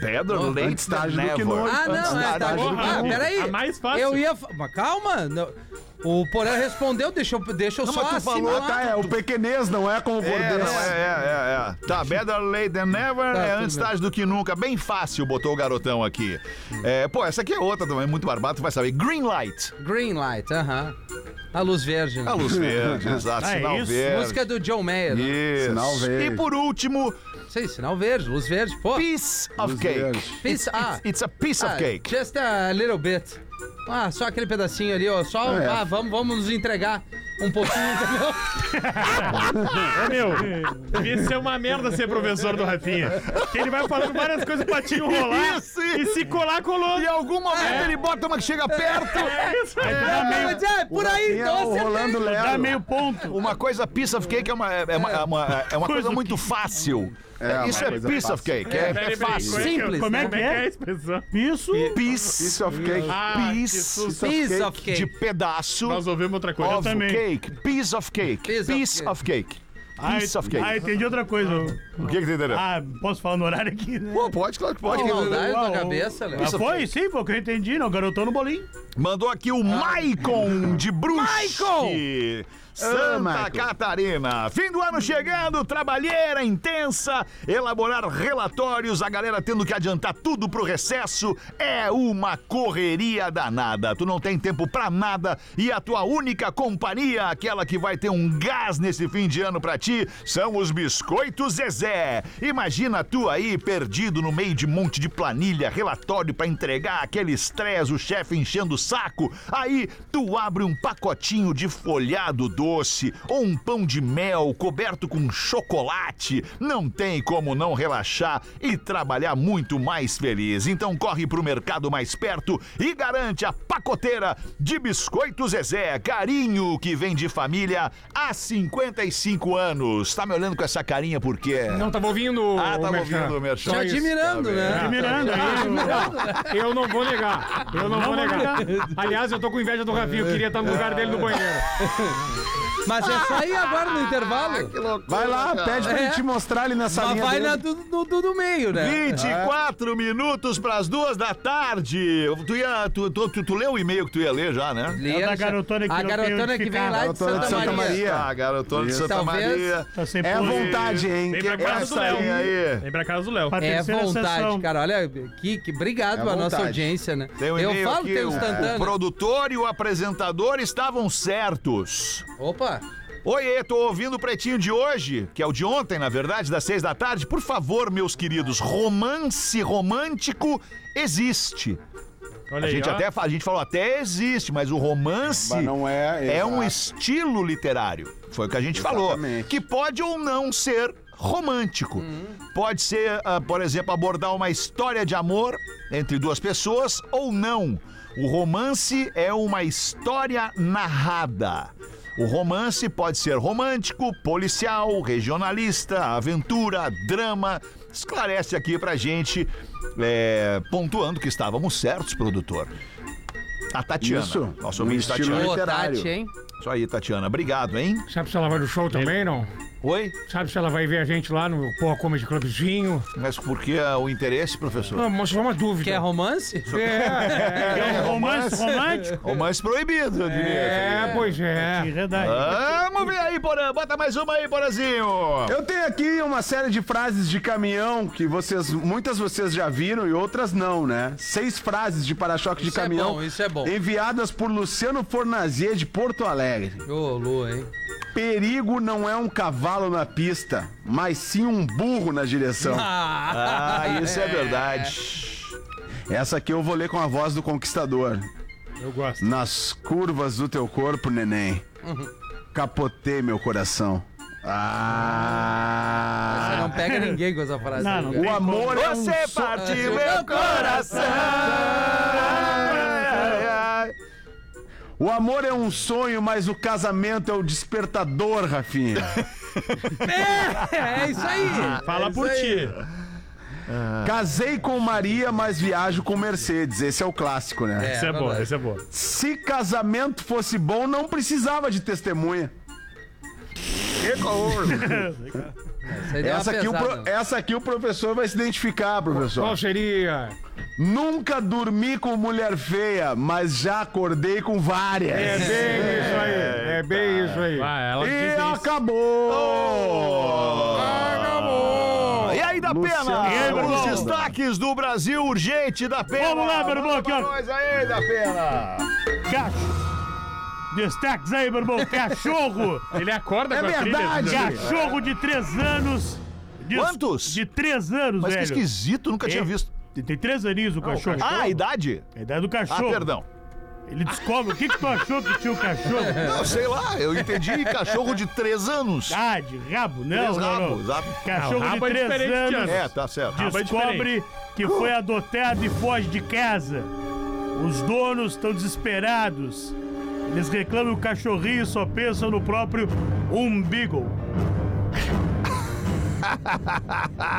[SPEAKER 4] better
[SPEAKER 6] Não,
[SPEAKER 4] late
[SPEAKER 6] antes
[SPEAKER 4] than
[SPEAKER 6] tarde do
[SPEAKER 4] never.
[SPEAKER 6] que nunca. Ah, não, é, tá bom. Ah, peraí.
[SPEAKER 8] A mais fácil.
[SPEAKER 6] Eu ia. fa- Mas calma. não. O Porã respondeu, deixa eu, deixa eu
[SPEAKER 7] Não,
[SPEAKER 6] só
[SPEAKER 7] mas tu falou,
[SPEAKER 6] assimilar.
[SPEAKER 7] tá, é o pequenês, não é como o
[SPEAKER 4] É,
[SPEAKER 7] bordês.
[SPEAKER 4] não, é, é, é, é. Tá, better late than never
[SPEAKER 7] Tá,
[SPEAKER 4] é
[SPEAKER 7] tudo
[SPEAKER 4] antes
[SPEAKER 7] bem.
[SPEAKER 4] tarde do que nunca. Bem fácil, botou o garotão aqui. É, pô, essa aqui é outra também, muito barbado, tu vai saber. Green light.
[SPEAKER 6] Green light, aham. A luz verde. né?
[SPEAKER 4] A luz verde, exato,
[SPEAKER 6] Ah, é
[SPEAKER 4] sinal
[SPEAKER 6] isso?
[SPEAKER 4] verde.
[SPEAKER 6] Música do John Mayer. né?
[SPEAKER 4] Isso. Sinal verde. E por último...
[SPEAKER 6] Sei, sinal verde, luz verde, pô.
[SPEAKER 4] Piece of Luz cake. verde. It's-
[SPEAKER 6] Piece, ah,
[SPEAKER 4] it's- it's a piece of
[SPEAKER 6] ah,
[SPEAKER 4] cake.
[SPEAKER 6] Just a little bit. Ah, só aquele pedacinho ali, ó. Só,
[SPEAKER 4] É.
[SPEAKER 6] ah, vamos, vamos nos entregar um pouquinho, entendeu?
[SPEAKER 8] Ô, meu, devia ser é uma merda ser professor do Rafinha. Que ele vai falando várias coisas pra te enrolar
[SPEAKER 4] Isso,
[SPEAKER 8] e se colar, colou.
[SPEAKER 4] Em algum momento
[SPEAKER 8] É.
[SPEAKER 4] ele bota uma que chega perto.
[SPEAKER 8] É isso aí.
[SPEAKER 4] É,
[SPEAKER 6] mas é, por aí, então acertei.
[SPEAKER 9] Dá meio ponto.
[SPEAKER 4] Uma coisa, piece of cake é uma, é, é uma, é uma, é uma coisa muito fácil. É, isso é
[SPEAKER 7] coisa
[SPEAKER 4] piece
[SPEAKER 7] fácil.
[SPEAKER 4] of cake, é, é fácil.
[SPEAKER 9] Como
[SPEAKER 6] né?
[SPEAKER 9] é que é?
[SPEAKER 8] expressão?
[SPEAKER 9] Isso.
[SPEAKER 4] Piece,
[SPEAKER 7] Piece of cake.
[SPEAKER 8] Ah, que
[SPEAKER 4] piece,
[SPEAKER 8] susto.
[SPEAKER 6] Piece of cake.
[SPEAKER 4] de pedaço.
[SPEAKER 8] Nós ouvimos outra coisa.
[SPEAKER 4] of cake, piece of cake, piece, of cake. Piece
[SPEAKER 9] ah,
[SPEAKER 4] of cake.
[SPEAKER 9] Ah, entendi outra coisa.
[SPEAKER 4] O que que tu entendeu?
[SPEAKER 9] Ah, posso falar no horário aqui, né?
[SPEAKER 4] Pô, pode, claro que pode.
[SPEAKER 9] Ah,
[SPEAKER 6] maldade
[SPEAKER 9] ah,
[SPEAKER 6] da
[SPEAKER 9] ah,
[SPEAKER 6] cabeça, né? Léo.
[SPEAKER 9] ah, Foi, sim, foi o que eu entendi, não. Garotou no bolinho.
[SPEAKER 4] Mandou aqui o Maicon de Brusque.
[SPEAKER 9] Maicon!
[SPEAKER 7] Ah,
[SPEAKER 4] Santa
[SPEAKER 7] Maicon.
[SPEAKER 4] Catarina. Fim do ano chegando, trabalheira intensa, elaborar relatórios, a galera tendo que adiantar tudo pro recesso. É uma correria danada. Tu não tem tempo pra nada e a tua única companhia, aquela que vai ter um gás nesse fim de ano pra ti, são os biscoitos Zezé. Imagina tu aí perdido no meio de um monte de planilha, relatório pra entregar, aquele estresse, o chefe enchendo o saco. Aí tu abre um pacotinho de folhado doce ou um pão de mel coberto com chocolate. Não tem como não relaxar e trabalhar muito mais feliz. Então corre pro mercado mais perto e garante a pacoteira de biscoitos Zezé, carinho que vem de família há 55 anos. Tá me olhando com essa carinha por quê?
[SPEAKER 10] Não tava ouvindo.
[SPEAKER 4] Ah, tava
[SPEAKER 10] o Merchan.
[SPEAKER 4] ouvindo o Merchan.
[SPEAKER 10] Só
[SPEAKER 4] Te
[SPEAKER 10] isso.
[SPEAKER 6] admirando, né?
[SPEAKER 10] Tá
[SPEAKER 6] Admirando,
[SPEAKER 10] bem.
[SPEAKER 6] é.
[SPEAKER 10] Eu não vou negar. Eu não, vou negar. Aliás, eu tô com inveja do Rafinho. Eu queria estar no lugar dele no banheiro.
[SPEAKER 6] Mas é só ir agora no intervalo.
[SPEAKER 7] Vai lá, pede pra ele te mostrar ali na salinha
[SPEAKER 6] Mas vai
[SPEAKER 7] dele.
[SPEAKER 6] na do, do, do- do meio,
[SPEAKER 9] É
[SPEAKER 6] né?
[SPEAKER 4] 24 minutos pras duas da tarde. Tu, ia, tu, tu, tu, tu leu o e-mail que tu ia ler já, né?
[SPEAKER 6] Lê, já-
[SPEAKER 9] da garotona que
[SPEAKER 6] A
[SPEAKER 9] não tem
[SPEAKER 6] garotona
[SPEAKER 9] onde
[SPEAKER 6] que vem
[SPEAKER 9] ficar.
[SPEAKER 6] lá de
[SPEAKER 7] Garotona
[SPEAKER 6] Santa,
[SPEAKER 7] de Santa
[SPEAKER 6] Maria.
[SPEAKER 7] Maria.
[SPEAKER 4] Ah, garotona de
[SPEAKER 7] Isso.
[SPEAKER 4] Santa
[SPEAKER 6] Talvez.
[SPEAKER 4] Maria.
[SPEAKER 9] Tá sem
[SPEAKER 7] É à
[SPEAKER 9] pulso.
[SPEAKER 7] vontade, hein?
[SPEAKER 5] Vem
[SPEAKER 7] Que
[SPEAKER 5] pra casa do
[SPEAKER 7] essa
[SPEAKER 5] Léo.
[SPEAKER 7] aí- é
[SPEAKER 4] aí.
[SPEAKER 8] Vem pra casa do Léo.
[SPEAKER 9] Pra
[SPEAKER 6] É
[SPEAKER 9] terceira
[SPEAKER 6] vontade,
[SPEAKER 9] sessão.
[SPEAKER 6] cara. Olha, que, que obrigado
[SPEAKER 7] É
[SPEAKER 6] à nossa
[SPEAKER 7] vontade.
[SPEAKER 6] audiência, né?
[SPEAKER 4] Tem um
[SPEAKER 6] Eu
[SPEAKER 4] e-mail
[SPEAKER 6] falo,
[SPEAKER 4] aqui,
[SPEAKER 6] tem
[SPEAKER 4] o-
[SPEAKER 6] o
[SPEAKER 4] o
[SPEAKER 6] instantâneo.
[SPEAKER 4] produtor e o apresentador estavam certos.
[SPEAKER 6] Opa!
[SPEAKER 4] Oiê, tô ouvindo o pretinho de hoje, que é o de ontem, na verdade, das seis da tarde. Por favor, meus queridos, romance romântico existe.
[SPEAKER 8] Olha
[SPEAKER 4] A
[SPEAKER 8] aí,
[SPEAKER 4] gente,
[SPEAKER 8] ó.
[SPEAKER 4] até, fa- a gente falou, até existe, mas o romance
[SPEAKER 7] Mas não é,
[SPEAKER 4] é um
[SPEAKER 7] exato.
[SPEAKER 4] estilo literário. Foi o que a gente falou.
[SPEAKER 7] Exatamente. Hum.
[SPEAKER 4] Que pode ou não ser romântico. Pode ser, ah, por exemplo, abordar uma história de amor entre duas pessoas ou não. O romance é uma história narrada. O romance pode ser romântico, policial, regionalista, aventura, drama. Esclarece aqui pra gente, é, pontuando que estávamos certos, produtor. A Tatiana.
[SPEAKER 7] Isso.
[SPEAKER 4] Nosso
[SPEAKER 7] Um
[SPEAKER 4] ouvinte
[SPEAKER 7] estilo
[SPEAKER 4] Tatiana.
[SPEAKER 6] Ô,
[SPEAKER 7] literário.
[SPEAKER 6] Tati, hein?
[SPEAKER 4] Isso aí, Tatiana. Obrigado, hein?
[SPEAKER 10] Sabe se ela vai no show também, não?
[SPEAKER 4] Oi?
[SPEAKER 10] Sabe se ela vai ver a gente lá no Porra Comedy Clubzinho?
[SPEAKER 4] Mas por que ah, o interesse, professor?
[SPEAKER 10] Ah, mas só uma dúvida.
[SPEAKER 6] Quer romance?
[SPEAKER 10] É,
[SPEAKER 9] É um romance romântico?
[SPEAKER 4] Romance proibido, eu diria.
[SPEAKER 10] é, pois
[SPEAKER 9] Que
[SPEAKER 10] é.
[SPEAKER 9] redai.
[SPEAKER 4] Vamos ver aí, Porã. Bota mais uma aí, Porãzinho.
[SPEAKER 7] Eu tenho aqui uma série de frases de caminhão que vocês, muitas vocês já viram e outras não, né? Seis frases de para-choque de
[SPEAKER 6] Isso é
[SPEAKER 7] caminhão
[SPEAKER 6] bom, isso é bom.
[SPEAKER 7] enviadas por Luciano Fornazier de Porto Alegre.
[SPEAKER 6] Ô, Lu, hein?
[SPEAKER 7] Perigo não é um cavalo na pista, mas sim um burro na direção.
[SPEAKER 6] Ah,
[SPEAKER 4] Ah, isso é, verdade.
[SPEAKER 7] Essa aqui eu vou ler com a voz do conquistador.
[SPEAKER 5] Eu gosto.
[SPEAKER 7] Nas curvas do teu corpo, neném. Capotei meu coração. Ah!
[SPEAKER 6] Você não pega ninguém com essa frase.
[SPEAKER 9] Não,
[SPEAKER 6] né,
[SPEAKER 9] não
[SPEAKER 6] cara?
[SPEAKER 7] O amor é um
[SPEAKER 4] Você
[SPEAKER 7] so-
[SPEAKER 4] partiu
[SPEAKER 6] Ah,
[SPEAKER 4] meu
[SPEAKER 6] sim.
[SPEAKER 4] coração. Ai, ai, ai.
[SPEAKER 7] É. O amor é um sonho, mas o casamento é o despertador, Rafinha.
[SPEAKER 6] É, é isso aí.
[SPEAKER 8] Fala
[SPEAKER 6] é
[SPEAKER 8] por
[SPEAKER 6] isso aí.
[SPEAKER 8] ti.
[SPEAKER 4] Ah.
[SPEAKER 7] Casei com Maria, mas viajo com Mercedes. Esse é o clássico, né?
[SPEAKER 8] Isso é,
[SPEAKER 6] É,
[SPEAKER 8] bom,
[SPEAKER 6] verdade.
[SPEAKER 8] isso é bom.
[SPEAKER 7] Se casamento fosse bom, não precisava de testemunha.
[SPEAKER 6] Isso
[SPEAKER 9] É
[SPEAKER 6] aí deu uma
[SPEAKER 7] Essa aqui, o
[SPEAKER 6] pesada,
[SPEAKER 7] pro- é-
[SPEAKER 6] né?
[SPEAKER 7] essa aqui o professor vai se identificar,
[SPEAKER 10] Qual
[SPEAKER 7] professor.
[SPEAKER 10] seria?
[SPEAKER 7] Nunca dormi com mulher feia, mas já acordei com várias.
[SPEAKER 10] É bem isso aí. É bem isso aí.
[SPEAKER 8] Ah, ela
[SPEAKER 7] E
[SPEAKER 8] diz isso.
[SPEAKER 7] acabou!
[SPEAKER 4] E aí, da
[SPEAKER 7] Luciano.
[SPEAKER 4] pena?
[SPEAKER 9] E aí, meu
[SPEAKER 4] Os
[SPEAKER 9] irmão?
[SPEAKER 4] destaques do Brasil urgente, da pena.
[SPEAKER 9] Vamos lá, meu irmão,
[SPEAKER 4] Manda
[SPEAKER 9] aqui,
[SPEAKER 4] pra
[SPEAKER 9] ó.
[SPEAKER 4] nós aí, da pena.
[SPEAKER 9] Cacho. Destaques aí, meu irmão. Cachorro.
[SPEAKER 8] Ele acorda
[SPEAKER 10] É
[SPEAKER 8] com a
[SPEAKER 7] É verdade.
[SPEAKER 8] trilha.
[SPEAKER 9] Cachorro de três anos. De-
[SPEAKER 4] Quantos?
[SPEAKER 9] De três anos,
[SPEAKER 4] Mas que
[SPEAKER 9] velho.
[SPEAKER 4] esquisito, nunca tinha
[SPEAKER 9] É.
[SPEAKER 4] visto.
[SPEAKER 9] Tem- Tem três aninhos o cachorro.
[SPEAKER 4] Ah, a idade?
[SPEAKER 9] É a idade do
[SPEAKER 4] Ah,
[SPEAKER 9] cachorro.
[SPEAKER 4] perdão.
[SPEAKER 9] Ele descobre o que, que tu achou que tinha o cachorro.
[SPEAKER 4] Não, sei lá, eu entendi cachorro de três anos.
[SPEAKER 9] Ah, de rabo, não,
[SPEAKER 4] Três
[SPEAKER 9] não,
[SPEAKER 4] rabos,
[SPEAKER 9] não.
[SPEAKER 4] exato.
[SPEAKER 9] Cachorro
[SPEAKER 8] Ah, o rabo é
[SPEAKER 9] de três
[SPEAKER 8] diferente de
[SPEAKER 9] anos.
[SPEAKER 8] ano.
[SPEAKER 4] É, tá certo.
[SPEAKER 8] é
[SPEAKER 9] descobre que foi adotado e foge de casa. Os donos estão desesperados. Eles reclamam que o cachorrinho só pensam no próprio umbigo.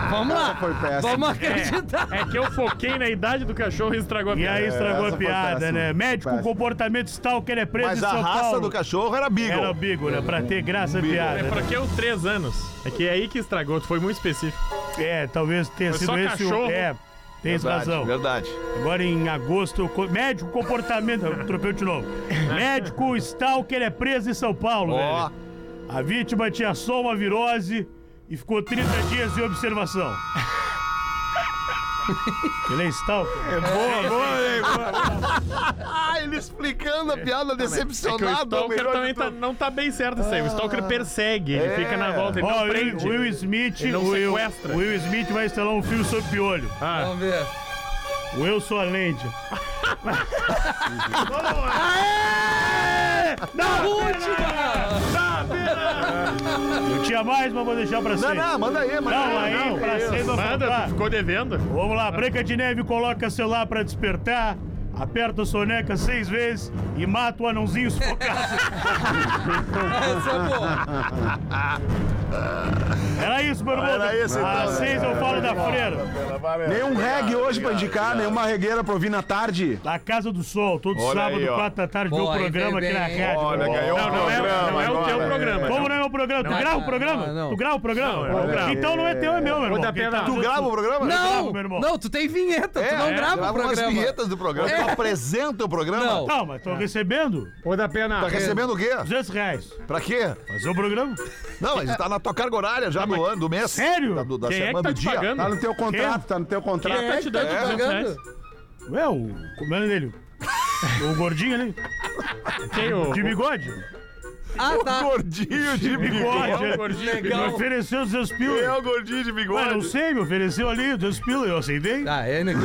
[SPEAKER 6] Vamos lá.
[SPEAKER 7] foi péssima.
[SPEAKER 6] Vamos acreditar.
[SPEAKER 8] É que eu foquei na idade do cachorro e estragou a
[SPEAKER 9] E aí
[SPEAKER 4] É,
[SPEAKER 8] piada.
[SPEAKER 9] estragou
[SPEAKER 7] essa
[SPEAKER 9] a
[SPEAKER 7] foi
[SPEAKER 9] piada,
[SPEAKER 7] péssima.
[SPEAKER 9] né? Médico com
[SPEAKER 7] Péssima.
[SPEAKER 9] comportamento stalker é preso
[SPEAKER 4] Mas
[SPEAKER 9] em
[SPEAKER 4] a
[SPEAKER 9] São
[SPEAKER 4] raça
[SPEAKER 9] Paulo.
[SPEAKER 4] do cachorro era Beagle.
[SPEAKER 9] Era o bigo, né? Pra ter graça a piada. né?
[SPEAKER 8] É porque eu três anos. É que é aí que estragou, tu foi muito específico.
[SPEAKER 9] É, talvez tenha
[SPEAKER 8] Foi
[SPEAKER 9] sido
[SPEAKER 8] só
[SPEAKER 9] esse
[SPEAKER 8] cachorro.
[SPEAKER 9] o. É, tem
[SPEAKER 4] Verdade,
[SPEAKER 9] razão.
[SPEAKER 4] verdade.
[SPEAKER 9] Agora em agosto, co- médico comportamento. Eu Tropeu de novo. médico stalker é preso em São Paulo,
[SPEAKER 4] Ó.
[SPEAKER 9] velho. A vítima tinha só uma virose e ficou 30 dias em observação. Ele é stalker.
[SPEAKER 4] Ah, ele explicando a
[SPEAKER 9] É,
[SPEAKER 4] piada
[SPEAKER 8] Que o
[SPEAKER 4] decepcionada.
[SPEAKER 8] Stalker também tá- não tá bem certo isso aí. O Stalker persegue, ele fica na volta, ele
[SPEAKER 9] Ó,
[SPEAKER 8] não
[SPEAKER 9] Will,
[SPEAKER 8] prende.
[SPEAKER 9] Will Smith.
[SPEAKER 8] Ele não
[SPEAKER 9] Will,
[SPEAKER 8] sequestra.
[SPEAKER 9] Will Smith vai instalar um filme sobre piolho.
[SPEAKER 8] Ah,
[SPEAKER 6] Vamos ver.
[SPEAKER 9] O Eu Sou a Lente.
[SPEAKER 6] A última.
[SPEAKER 9] Eu tinha mais, mas vou deixar pra
[SPEAKER 4] Não,
[SPEAKER 9] vocês.
[SPEAKER 4] não, manda aí, manda
[SPEAKER 9] Não,
[SPEAKER 4] aí.
[SPEAKER 9] aí pra vocês não
[SPEAKER 8] manda,
[SPEAKER 9] faltar.
[SPEAKER 8] tu ficou devendo.
[SPEAKER 9] Vamos lá, Branca de Neve coloca celular pra despertar. aperta a soneca seis vezes e mata o anãozinho sufocado.
[SPEAKER 6] é
[SPEAKER 9] Era isso, Bermuda.
[SPEAKER 7] Era isso, então,
[SPEAKER 9] Às
[SPEAKER 7] né?
[SPEAKER 9] seis eu falo da freira.
[SPEAKER 7] Nenhum reggae hoje pra indicar, nenhuma regueira pra ouvir na tarde.
[SPEAKER 9] Da Casa do Sol, todo
[SPEAKER 7] Olha
[SPEAKER 9] sábado,
[SPEAKER 7] aí, ó.
[SPEAKER 9] quatro da tarde, meu
[SPEAKER 7] Pô, aí
[SPEAKER 9] programa
[SPEAKER 7] vem
[SPEAKER 9] aqui na
[SPEAKER 7] bem,
[SPEAKER 9] rádio.
[SPEAKER 7] hein? Olha, ganhou
[SPEAKER 10] um
[SPEAKER 9] não,
[SPEAKER 7] o
[SPEAKER 9] não, é,
[SPEAKER 7] programa
[SPEAKER 9] não é o
[SPEAKER 7] agora,
[SPEAKER 9] teu
[SPEAKER 7] né?
[SPEAKER 9] programa. Como não é o programa? Tu
[SPEAKER 7] Não,
[SPEAKER 9] grava o
[SPEAKER 7] não,
[SPEAKER 9] programa?
[SPEAKER 7] não.
[SPEAKER 9] Tu grava o
[SPEAKER 7] Não,
[SPEAKER 9] programa?
[SPEAKER 7] eu gravo.
[SPEAKER 9] Então não é teu, é meu, meu irmão.
[SPEAKER 7] Vou dar
[SPEAKER 9] Quem
[SPEAKER 7] pena.
[SPEAKER 9] tá-
[SPEAKER 7] Tu grava o programa?
[SPEAKER 9] Eu
[SPEAKER 6] Não,
[SPEAKER 9] gravo, meu irmão.
[SPEAKER 6] não, tu tem vinheta, tu não grava o programa. É. Não.
[SPEAKER 9] Não, mas
[SPEAKER 7] Ah.
[SPEAKER 9] tô recebendo.
[SPEAKER 10] Ou da pena.
[SPEAKER 4] Tá recebendo o quê?
[SPEAKER 9] 200 reais.
[SPEAKER 4] Pra quê?
[SPEAKER 9] Fazer o programa.
[SPEAKER 4] Não, mas tá na tua carga horária já do ano, do mês.
[SPEAKER 9] Sério?
[SPEAKER 4] Da, do- da
[SPEAKER 9] Quem é que
[SPEAKER 4] semana
[SPEAKER 9] tá
[SPEAKER 4] do
[SPEAKER 9] te
[SPEAKER 4] dia.
[SPEAKER 9] pagando?
[SPEAKER 7] Tá no teu contrato, tá no teu contrato.
[SPEAKER 9] Quem é que tá te dando
[SPEAKER 7] É.
[SPEAKER 9] 200 reais? Ué, o. Como é o nome dele? O gordinho ali.
[SPEAKER 8] Quem, o-
[SPEAKER 9] De bigode?
[SPEAKER 6] Ah, tá.
[SPEAKER 4] gordinho
[SPEAKER 9] de bigode.
[SPEAKER 8] É o gordinho de
[SPEAKER 9] Me
[SPEAKER 8] bigode.
[SPEAKER 9] ofereceu 200 pila.
[SPEAKER 8] É o gordinho de bigode.
[SPEAKER 9] Ué, não sei, me ofereceu ali 200 pila, eu aceitei.
[SPEAKER 4] Tá.
[SPEAKER 6] Ah, é, né?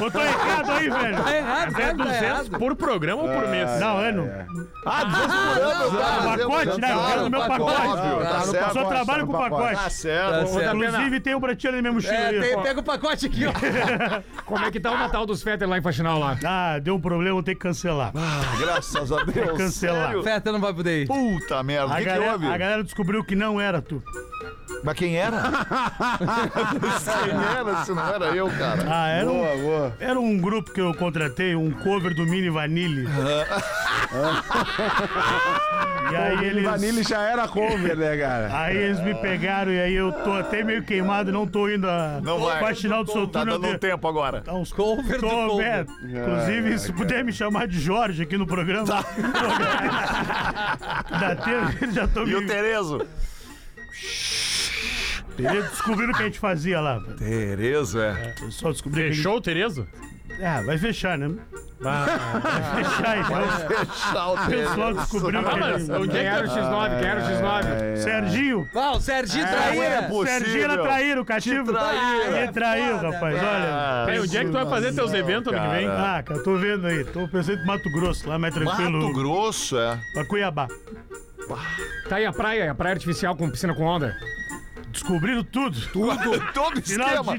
[SPEAKER 9] Botou errado aí, velho.
[SPEAKER 6] Tá errado, sabe,
[SPEAKER 9] Mas é
[SPEAKER 6] tá
[SPEAKER 9] 200
[SPEAKER 6] errado.
[SPEAKER 8] Por programa ou por mês?
[SPEAKER 9] Não, é não.
[SPEAKER 4] Ah, 200 por ano, eu
[SPEAKER 9] Tá
[SPEAKER 4] quero
[SPEAKER 9] no
[SPEAKER 4] dizer,
[SPEAKER 9] pacote, né? Eu
[SPEAKER 4] tá
[SPEAKER 9] quero
[SPEAKER 4] no
[SPEAKER 9] no meu pacote.
[SPEAKER 4] pacote, óbvio, tá
[SPEAKER 9] Eu
[SPEAKER 4] certo.
[SPEAKER 9] Só trabalho com
[SPEAKER 4] Tá no
[SPEAKER 9] pacote.
[SPEAKER 4] pacote. Tá certo. Tá certo.
[SPEAKER 9] Inclusive, tem um pra ti ali na minha mochila.
[SPEAKER 6] É,
[SPEAKER 9] ali,
[SPEAKER 6] tem-
[SPEAKER 9] ó.
[SPEAKER 6] pega o pacote aqui, ó.
[SPEAKER 10] Como é que tá o Natal dos Fetter lá em Faxinal lá?
[SPEAKER 9] Ah, deu um problema, vou ter que cancelar.
[SPEAKER 4] Graças a Deus. Ah,
[SPEAKER 9] cancelar.
[SPEAKER 4] sério?
[SPEAKER 6] Feta não vai poder ir.
[SPEAKER 4] Puta merda, o
[SPEAKER 9] A,
[SPEAKER 4] que, que
[SPEAKER 9] galera,
[SPEAKER 4] houve?
[SPEAKER 9] a galera descobriu que não era tu.
[SPEAKER 4] Mas quem era? quem era se não era eu, cara?
[SPEAKER 9] Ah, era, um,
[SPEAKER 7] Boa, boa.
[SPEAKER 9] era um grupo que eu contratei, um cover do Mini Vanille. e aí
[SPEAKER 7] Ele
[SPEAKER 9] eles,
[SPEAKER 7] Vanille já era cover, né, cara?
[SPEAKER 9] aí eles me pegaram e aí eu tô até meio queimado, não tô indo a
[SPEAKER 4] Não vai.
[SPEAKER 9] pra final do seu
[SPEAKER 4] Tá
[SPEAKER 9] turno, eu
[SPEAKER 4] dando um
[SPEAKER 9] tenho-
[SPEAKER 4] tempo agora.
[SPEAKER 9] Tá uns
[SPEAKER 6] Cover do
[SPEAKER 9] Tô,
[SPEAKER 6] cover.
[SPEAKER 9] é, Inclusive, se puder me chamar de Jorge aqui no programa.
[SPEAKER 4] Tá.
[SPEAKER 9] Dá tempo, eles já tô
[SPEAKER 4] E o
[SPEAKER 9] me...
[SPEAKER 4] Terezo?
[SPEAKER 9] Eles descobriram o que a gente fazia lá.
[SPEAKER 4] Terezo, é.
[SPEAKER 9] Eu só descobri que a gente-
[SPEAKER 8] Fechou o Terezo?
[SPEAKER 9] Ah, vai fechar, né? Vai fechar, então.
[SPEAKER 4] Fechar o
[SPEAKER 9] O pessoal
[SPEAKER 4] Terezo.
[SPEAKER 9] descobriu
[SPEAKER 8] Ah,
[SPEAKER 9] que É, a
[SPEAKER 8] mas
[SPEAKER 9] gente...
[SPEAKER 8] onde
[SPEAKER 10] Quem
[SPEAKER 8] é
[SPEAKER 10] era o X9? Quem era o
[SPEAKER 4] É,
[SPEAKER 10] X9?
[SPEAKER 9] Serginho,
[SPEAKER 6] Ah, o Serginho né?
[SPEAKER 4] Não é
[SPEAKER 6] traía.
[SPEAKER 4] possível.
[SPEAKER 9] Serginho era traíro, cativo.
[SPEAKER 4] traíram.
[SPEAKER 9] Ele traiu,
[SPEAKER 6] Foda,
[SPEAKER 9] rapaz,
[SPEAKER 6] velho.
[SPEAKER 9] olha.
[SPEAKER 8] que, é, onde é que tu vai fazer teus eventos ano que vem?
[SPEAKER 9] Ah, cara, tô vendo aí. Tô pensando em Mato Grosso, lá mais tranquilo.
[SPEAKER 4] Mato Grosso, é.
[SPEAKER 9] Pra Cuiabá.
[SPEAKER 10] Tá aí a praia, a praia artificial com piscina com onda.
[SPEAKER 9] Descobriram tudo.
[SPEAKER 4] Todo
[SPEAKER 9] Final
[SPEAKER 4] esquema.
[SPEAKER 9] de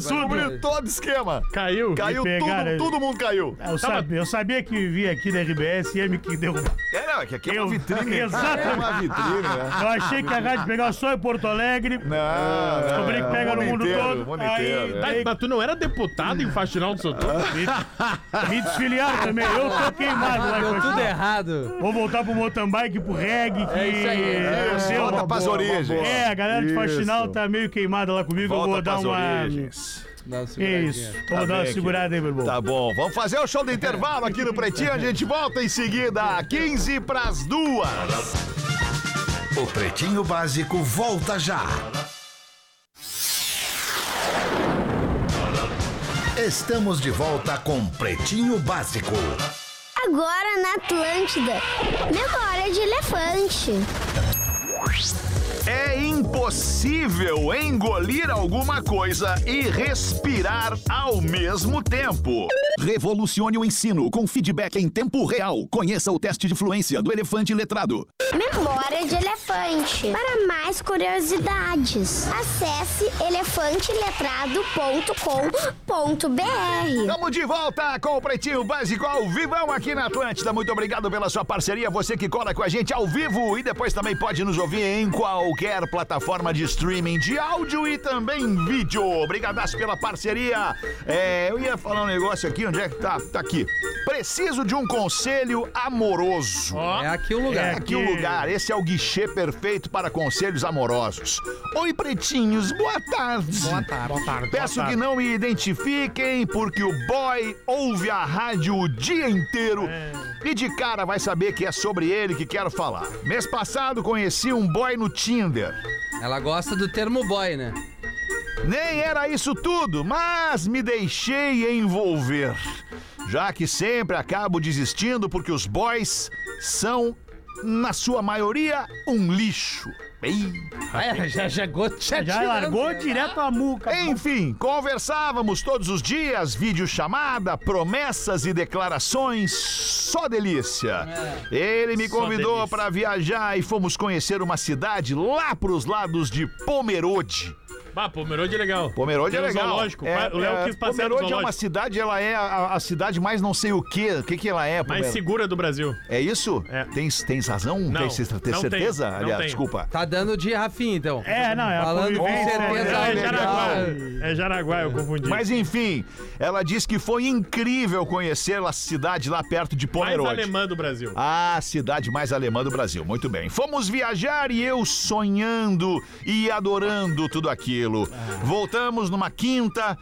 [SPEAKER 6] Vai, vai,
[SPEAKER 9] tudo.
[SPEAKER 6] vai.
[SPEAKER 4] Todo esquema.
[SPEAKER 8] Caiu?
[SPEAKER 4] Caiu
[SPEAKER 9] pegaram
[SPEAKER 4] tudo,
[SPEAKER 9] ele.
[SPEAKER 4] todo mundo caiu.
[SPEAKER 9] Eu, sabia, eu sabia que vivia aqui na RBS e ia me que um- derrubar.
[SPEAKER 4] É, não, é que aqui é
[SPEAKER 9] Eu-
[SPEAKER 4] uma vitrine.
[SPEAKER 9] Exatamente.
[SPEAKER 4] É uma vitrine, né?
[SPEAKER 9] Eu achei que a rádio pegava só em Porto Alegre.
[SPEAKER 4] Não, não,
[SPEAKER 9] Descobri
[SPEAKER 4] é,
[SPEAKER 9] que pega
[SPEAKER 4] o
[SPEAKER 9] no mundo
[SPEAKER 4] inteiro,
[SPEAKER 9] todo.
[SPEAKER 4] o mundo
[SPEAKER 9] Aí,
[SPEAKER 4] inteiro, é.
[SPEAKER 8] Tá,
[SPEAKER 9] daí,
[SPEAKER 8] mas tu não era deputado em Faxinal do Soturno?
[SPEAKER 9] me, me desfiliaram também. Eu tô queimado
[SPEAKER 6] Ah,
[SPEAKER 9] lá
[SPEAKER 6] deu
[SPEAKER 9] em
[SPEAKER 6] tudo
[SPEAKER 4] é.
[SPEAKER 9] Porto Alegre.
[SPEAKER 6] errado.
[SPEAKER 9] Vou voltar pro mountain bike, pro reggae, que
[SPEAKER 6] isso aí, é
[SPEAKER 9] eu
[SPEAKER 4] isso.
[SPEAKER 9] sei,
[SPEAKER 4] Volta
[SPEAKER 9] uma
[SPEAKER 4] pras
[SPEAKER 9] boa,
[SPEAKER 4] origens.
[SPEAKER 9] uma boa. É, a galera de
[SPEAKER 7] Isso.
[SPEAKER 9] Faxinal tá meio queimada lá comigo. eu vou
[SPEAKER 4] Volta
[SPEAKER 9] dar
[SPEAKER 4] pras
[SPEAKER 9] uma.
[SPEAKER 4] origens. Tá
[SPEAKER 6] Dá uma seguradinha.
[SPEAKER 9] Isso. Então vou dar uma
[SPEAKER 4] bem,
[SPEAKER 9] segurada aí, meu irmão.
[SPEAKER 4] Tá bom, vamos fazer o show do intervalo aqui no Pretinho. A gente volta em seguida, 15 pras duas.
[SPEAKER 3] O Pretinho Básico volta já. Estamos de volta com Pretinho Básico.
[SPEAKER 12] Agora na Atlântida. Memória de elefante.
[SPEAKER 4] É impossível engolir alguma coisa e respirar ao mesmo tempo. Revolucione o ensino com feedback em tempo real. Conheça o teste de fluência do elefante letrado.
[SPEAKER 12] Memória de elefante. Para mais curiosidades, acesse elefanteletrado.com.br.
[SPEAKER 4] Estamos de volta com o Pretinho Básico ao vivão aqui na Atlântida. Muito obrigado pela sua parceria, você que cola com a gente ao vivo e depois também pode nos ouvir em qualquer plataforma de streaming de áudio e também vídeo. Obrigadaço pela parceria. É, eu ia falar um negócio aqui, onde é que tá? Tá aqui. Preciso de um conselho amoroso.
[SPEAKER 6] É aqui o lugar.
[SPEAKER 4] É aqui o lugar, esse é o guichê perfeito para conselhos amorosos. Oi, pretinhos, boa tarde. Boa tarde. Peço que não me identifiquem, porque o boy ouve a rádio o dia inteiro e de cara vai saber que é sobre ele que quero falar. Mês passado conheci um boy no Tinder.
[SPEAKER 9] É.
[SPEAKER 6] Ela gosta do termo boy, né?
[SPEAKER 4] Nem era isso tudo, mas me deixei envolver. Já que sempre acabo desistindo porque os boys são, na sua maioria, um lixo. Ei.
[SPEAKER 6] Ah, já, já, go- já,
[SPEAKER 9] Já
[SPEAKER 6] tirando,
[SPEAKER 9] largou
[SPEAKER 6] né?
[SPEAKER 9] direto a muca.
[SPEAKER 4] Enfim, conversávamos todos os dias, videochamada, promessas e declarações, só delícia. Ele me
[SPEAKER 8] É. Só
[SPEAKER 4] convidou
[SPEAKER 8] delícia.
[SPEAKER 4] para viajar e fomos conhecer uma cidade lá pros lados de Pomerode.
[SPEAKER 8] Bah, Pomerode é legal.
[SPEAKER 1] Pomerode
[SPEAKER 8] Tem
[SPEAKER 1] é
[SPEAKER 8] um
[SPEAKER 1] legal.
[SPEAKER 8] zoológico.
[SPEAKER 1] É,
[SPEAKER 8] o Léo
[SPEAKER 1] é,
[SPEAKER 8] quis passear
[SPEAKER 1] Pomerode
[SPEAKER 8] no
[SPEAKER 1] é
[SPEAKER 8] zoológico.
[SPEAKER 1] uma cidade, ela é a, a cidade mais não sei o quê. O que que ela é,
[SPEAKER 8] Mais
[SPEAKER 1] Pomerode?
[SPEAKER 8] segura do Brasil.
[SPEAKER 1] É isso? Tens, tens razão?
[SPEAKER 8] Não,
[SPEAKER 1] tem, cer- tem
[SPEAKER 8] não
[SPEAKER 1] certeza?
[SPEAKER 8] tenho, não
[SPEAKER 1] Aliás,
[SPEAKER 8] tenho.
[SPEAKER 1] desculpa.
[SPEAKER 6] Tá dando de Rafinha, então.
[SPEAKER 9] É, não, é a
[SPEAKER 6] Falando com
[SPEAKER 9] convivência,
[SPEAKER 6] certeza.
[SPEAKER 9] né? É,
[SPEAKER 6] legal.
[SPEAKER 8] Jaraguá. É Jaraguá, eu confundi.
[SPEAKER 1] Mas enfim, ela diz que foi incrível conhecer a cidade lá perto de
[SPEAKER 8] Mais
[SPEAKER 1] Pomerode.
[SPEAKER 8] É alemã do Brasil.
[SPEAKER 1] A cidade mais alemã do Brasil. Muito bem. Fomos viajar e eu sonhando e adorando tudo aquilo. Voltamos numa quinta,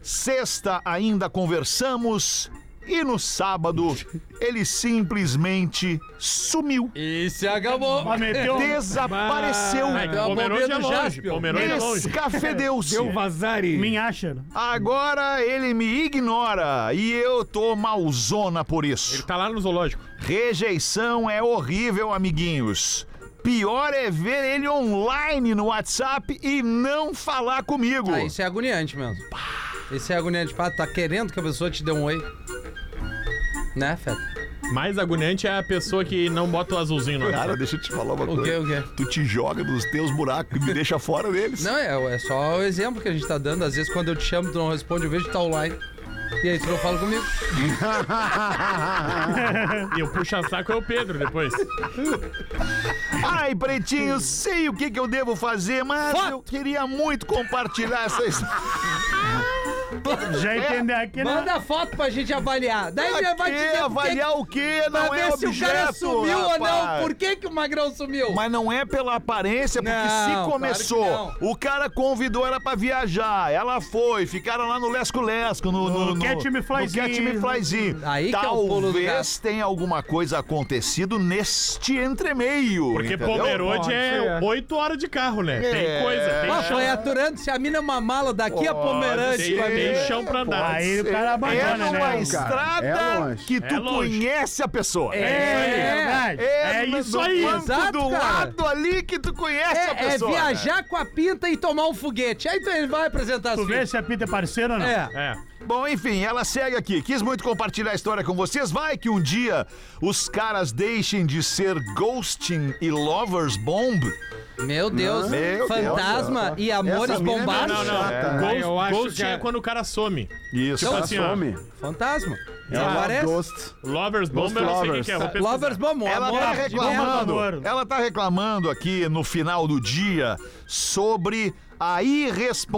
[SPEAKER 1] sexta ainda conversamos e no sábado ele simplesmente sumiu.
[SPEAKER 6] E se acabou.
[SPEAKER 9] um
[SPEAKER 1] Desapareceu.
[SPEAKER 6] Ai, Deu a Pomerode bobeira é no longe, Jaspion. Pomerode é longe.
[SPEAKER 1] Escafedeu-se.
[SPEAKER 6] Deu
[SPEAKER 10] vazare.
[SPEAKER 9] Me acha. né?
[SPEAKER 1] Agora ele me ignora e eu tô malzona por isso. Ele
[SPEAKER 8] tá lá no zoológico.
[SPEAKER 1] Rejeição é horrível, amiguinhos. Pior é ver ele online no WhatsApp e não falar comigo.
[SPEAKER 6] Ah, isso é agoniante mesmo. Isso é agoniante. Pá, tá querendo que a pessoa te dê um oi. Né, Feta?
[SPEAKER 8] Mais agoniante é a pessoa que não bota o azulzinho no
[SPEAKER 1] Cara,
[SPEAKER 8] WhatsApp.
[SPEAKER 1] deixa eu te falar uma
[SPEAKER 6] O quê,
[SPEAKER 1] coisa.
[SPEAKER 6] o quê?
[SPEAKER 1] Tu te joga nos teus buracos e me deixa fora deles.
[SPEAKER 6] Não, é, é só o exemplo que a gente tá dando. Às vezes quando eu te chamo, tu não responde, eu vejo que tá online. E aí tu não fala comigo.
[SPEAKER 8] E o puxa-saco é o Pedro depois.
[SPEAKER 1] Ai, pretinho, sei o que, que eu devo fazer, mas eu queria muito compartilhar essa história.
[SPEAKER 9] Já entendi aqui, né?
[SPEAKER 6] Manda foto pra gente avaliar. Daí
[SPEAKER 1] Pra
[SPEAKER 6] já vai
[SPEAKER 1] quê?
[SPEAKER 6] dizer por que-
[SPEAKER 1] Avaliar o quê?
[SPEAKER 6] Pra
[SPEAKER 1] Não
[SPEAKER 6] ver
[SPEAKER 1] é
[SPEAKER 6] se o cara
[SPEAKER 1] objeto,
[SPEAKER 6] sumiu ou não.
[SPEAKER 1] rapaz.
[SPEAKER 6] Por que, que o Magrão sumiu?
[SPEAKER 1] Mas não é pela aparência, porque
[SPEAKER 6] Não, claro
[SPEAKER 1] se
[SPEAKER 6] que
[SPEAKER 1] começou,
[SPEAKER 6] não.
[SPEAKER 1] o cara convidou ela pra viajar, ela foi, ficaram lá no Lesco Lesco, no, no, no,
[SPEAKER 9] Catch Me Flyzinho.
[SPEAKER 1] no Catch Me Flyzinho.
[SPEAKER 6] Aí que é o pulo do
[SPEAKER 1] Talvez tenha alguma coisa acontecido neste entremeio.
[SPEAKER 8] Porque
[SPEAKER 1] entendeu? É.
[SPEAKER 8] Pomerode é 8 horas de carro, né? Tem coisa, tem
[SPEAKER 6] Ó,
[SPEAKER 8] chão.
[SPEAKER 6] foi aturando. Se a mina é uma mala daqui a Pomerante.
[SPEAKER 8] tem,
[SPEAKER 6] vai
[SPEAKER 8] tem
[SPEAKER 6] ver.
[SPEAKER 8] chão pra andar.
[SPEAKER 9] Aí o cara
[SPEAKER 1] É
[SPEAKER 9] abandona,
[SPEAKER 1] numa
[SPEAKER 9] né? cara?
[SPEAKER 1] estrada
[SPEAKER 7] É longe.
[SPEAKER 1] que tu
[SPEAKER 8] É longe.
[SPEAKER 1] conhece a pessoa.
[SPEAKER 9] É, é verdade. É,
[SPEAKER 1] no-
[SPEAKER 9] isso
[SPEAKER 1] no
[SPEAKER 9] aí.
[SPEAKER 1] banco
[SPEAKER 6] Exato,
[SPEAKER 1] do
[SPEAKER 6] cara.
[SPEAKER 1] lado ali que tu conhece a
[SPEAKER 6] É, é
[SPEAKER 1] pessoa. né? cara.
[SPEAKER 6] viajar com a pinta e tomar um foguete. Aí tu- ele vai apresentar
[SPEAKER 9] Tu
[SPEAKER 6] as
[SPEAKER 9] vê
[SPEAKER 6] filhas.
[SPEAKER 9] se a Pita é parceira ou não.
[SPEAKER 6] É.
[SPEAKER 8] É.
[SPEAKER 1] Bom, enfim, ela segue aqui. Quis muito compartilhar a história com vocês. Vai que um dia os caras deixem de ser ghosting e lovers bomb.
[SPEAKER 6] Meu Deus.
[SPEAKER 1] Meu Deus.
[SPEAKER 6] Fantasma e amores
[SPEAKER 7] Essa mina é
[SPEAKER 6] bombados.
[SPEAKER 8] Ah, Não, não.
[SPEAKER 7] É,
[SPEAKER 8] Ghost,
[SPEAKER 10] eu acho
[SPEAKER 8] ghost
[SPEAKER 10] que é-
[SPEAKER 8] é quando o cara some.
[SPEAKER 1] Isso.
[SPEAKER 8] Então,
[SPEAKER 7] Ela
[SPEAKER 8] assim, ó,
[SPEAKER 7] some. Tá,
[SPEAKER 6] Fantasma.
[SPEAKER 1] É
[SPEAKER 6] é
[SPEAKER 7] Ela
[SPEAKER 6] Aparece.
[SPEAKER 7] Ghost.
[SPEAKER 8] Lovers Bomb,
[SPEAKER 7] Ghost
[SPEAKER 8] eu não sei o que
[SPEAKER 7] lovers.
[SPEAKER 8] que é. vou pesquisar.
[SPEAKER 6] Tá Lovers Bomb.
[SPEAKER 1] Ela
[SPEAKER 6] amor
[SPEAKER 1] tá
[SPEAKER 6] de merda.
[SPEAKER 1] reclamando. Ela tá reclamando aqui no final do dia sobre a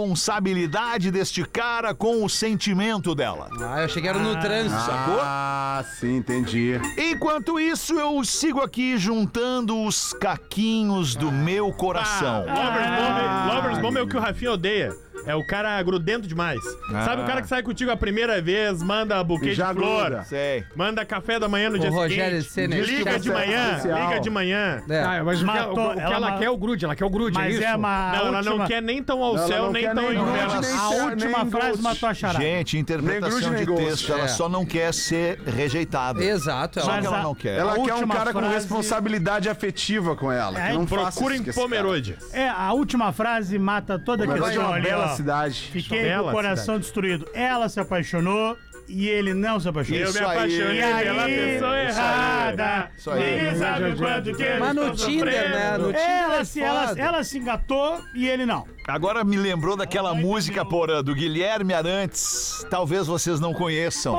[SPEAKER 1] irresponsabilidade deste cara com o sentimento dela.
[SPEAKER 6] Ah, eu cheguei no trânsito. sacou?
[SPEAKER 7] Ah, sim, entendi.
[SPEAKER 1] Enquanto isso, eu sigo aqui juntando os caquinhos do meu coração.
[SPEAKER 6] Ah.
[SPEAKER 9] Ah.
[SPEAKER 8] Lovers, Bomb, Lovers Bomb é o que o Rafinha odeia. É o cara grudento demais. Sabe o cara que sai contigo a primeira vez, manda buquê
[SPEAKER 7] E Ah. já
[SPEAKER 8] de flor,
[SPEAKER 7] gruda.
[SPEAKER 1] Sei.
[SPEAKER 8] manda café da manhã no dia
[SPEAKER 6] Rogério
[SPEAKER 8] seguinte,
[SPEAKER 6] Senna é
[SPEAKER 8] liga
[SPEAKER 6] chato.
[SPEAKER 8] de manhã,
[SPEAKER 7] Social.
[SPEAKER 8] liga de manhã.
[SPEAKER 6] É.
[SPEAKER 10] Ah, mas o que,
[SPEAKER 9] Matou.
[SPEAKER 10] o que ela,
[SPEAKER 9] Ela ma-
[SPEAKER 10] quer é o grude, ela quer o grude, é
[SPEAKER 9] Mas
[SPEAKER 10] isso?
[SPEAKER 9] é uma.
[SPEAKER 8] Não,
[SPEAKER 9] a
[SPEAKER 8] ela não
[SPEAKER 9] última-
[SPEAKER 8] quer nem tão ao
[SPEAKER 7] Ela
[SPEAKER 8] céu,
[SPEAKER 7] não
[SPEAKER 8] nem
[SPEAKER 7] quer
[SPEAKER 8] tão
[SPEAKER 7] nem
[SPEAKER 8] em
[SPEAKER 7] nude,
[SPEAKER 8] vela.
[SPEAKER 7] nem
[SPEAKER 9] A
[SPEAKER 7] Isso é
[SPEAKER 9] última
[SPEAKER 7] nem
[SPEAKER 9] frase
[SPEAKER 7] gosto.
[SPEAKER 9] matou a charada.
[SPEAKER 1] Gente, interpretação
[SPEAKER 7] Negrude
[SPEAKER 1] de
[SPEAKER 7] negócio.
[SPEAKER 1] texto, ela
[SPEAKER 6] É.
[SPEAKER 1] só não quer ser rejeitada.
[SPEAKER 6] Exato. é
[SPEAKER 1] Só
[SPEAKER 6] Ela...
[SPEAKER 9] Mas
[SPEAKER 1] que ela
[SPEAKER 9] a-
[SPEAKER 1] não quer.
[SPEAKER 7] Ela quer um
[SPEAKER 9] última
[SPEAKER 7] cara com
[SPEAKER 9] frase-
[SPEAKER 7] responsabilidade afetiva com ela.
[SPEAKER 9] É,
[SPEAKER 7] que não faça isso
[SPEAKER 8] Procurem
[SPEAKER 7] com esse
[SPEAKER 8] Pomerode.
[SPEAKER 9] É, a última frase mata toda a
[SPEAKER 7] Pomerode é
[SPEAKER 9] questão
[SPEAKER 7] uma
[SPEAKER 9] ali,
[SPEAKER 7] bela
[SPEAKER 9] ó.
[SPEAKER 7] cidade.
[SPEAKER 9] Fiquei com
[SPEAKER 8] Bela
[SPEAKER 9] o coração destruído. Ela se apaixonou e ele não se apaixonou.
[SPEAKER 8] Eu me
[SPEAKER 1] Isso aí.
[SPEAKER 8] apaixonei
[SPEAKER 9] E
[SPEAKER 8] pela
[SPEAKER 9] aí, né?
[SPEAKER 8] pessoa errada.
[SPEAKER 1] Isso aí.
[SPEAKER 9] Ninguém
[SPEAKER 1] Isso
[SPEAKER 9] sabe o quanto que eles
[SPEAKER 6] Mas no
[SPEAKER 9] estão
[SPEAKER 6] Tinder, né? No
[SPEAKER 9] sofrendo.
[SPEAKER 6] Tinder
[SPEAKER 9] Ela
[SPEAKER 6] é
[SPEAKER 9] se, ela,
[SPEAKER 6] foda.
[SPEAKER 9] ela se engatou e ele não.
[SPEAKER 1] Agora me lembrou daquela
[SPEAKER 9] Ai,
[SPEAKER 1] música,
[SPEAKER 9] meu.
[SPEAKER 1] Porã, do Guilherme Arantes. Talvez vocês não conheçam.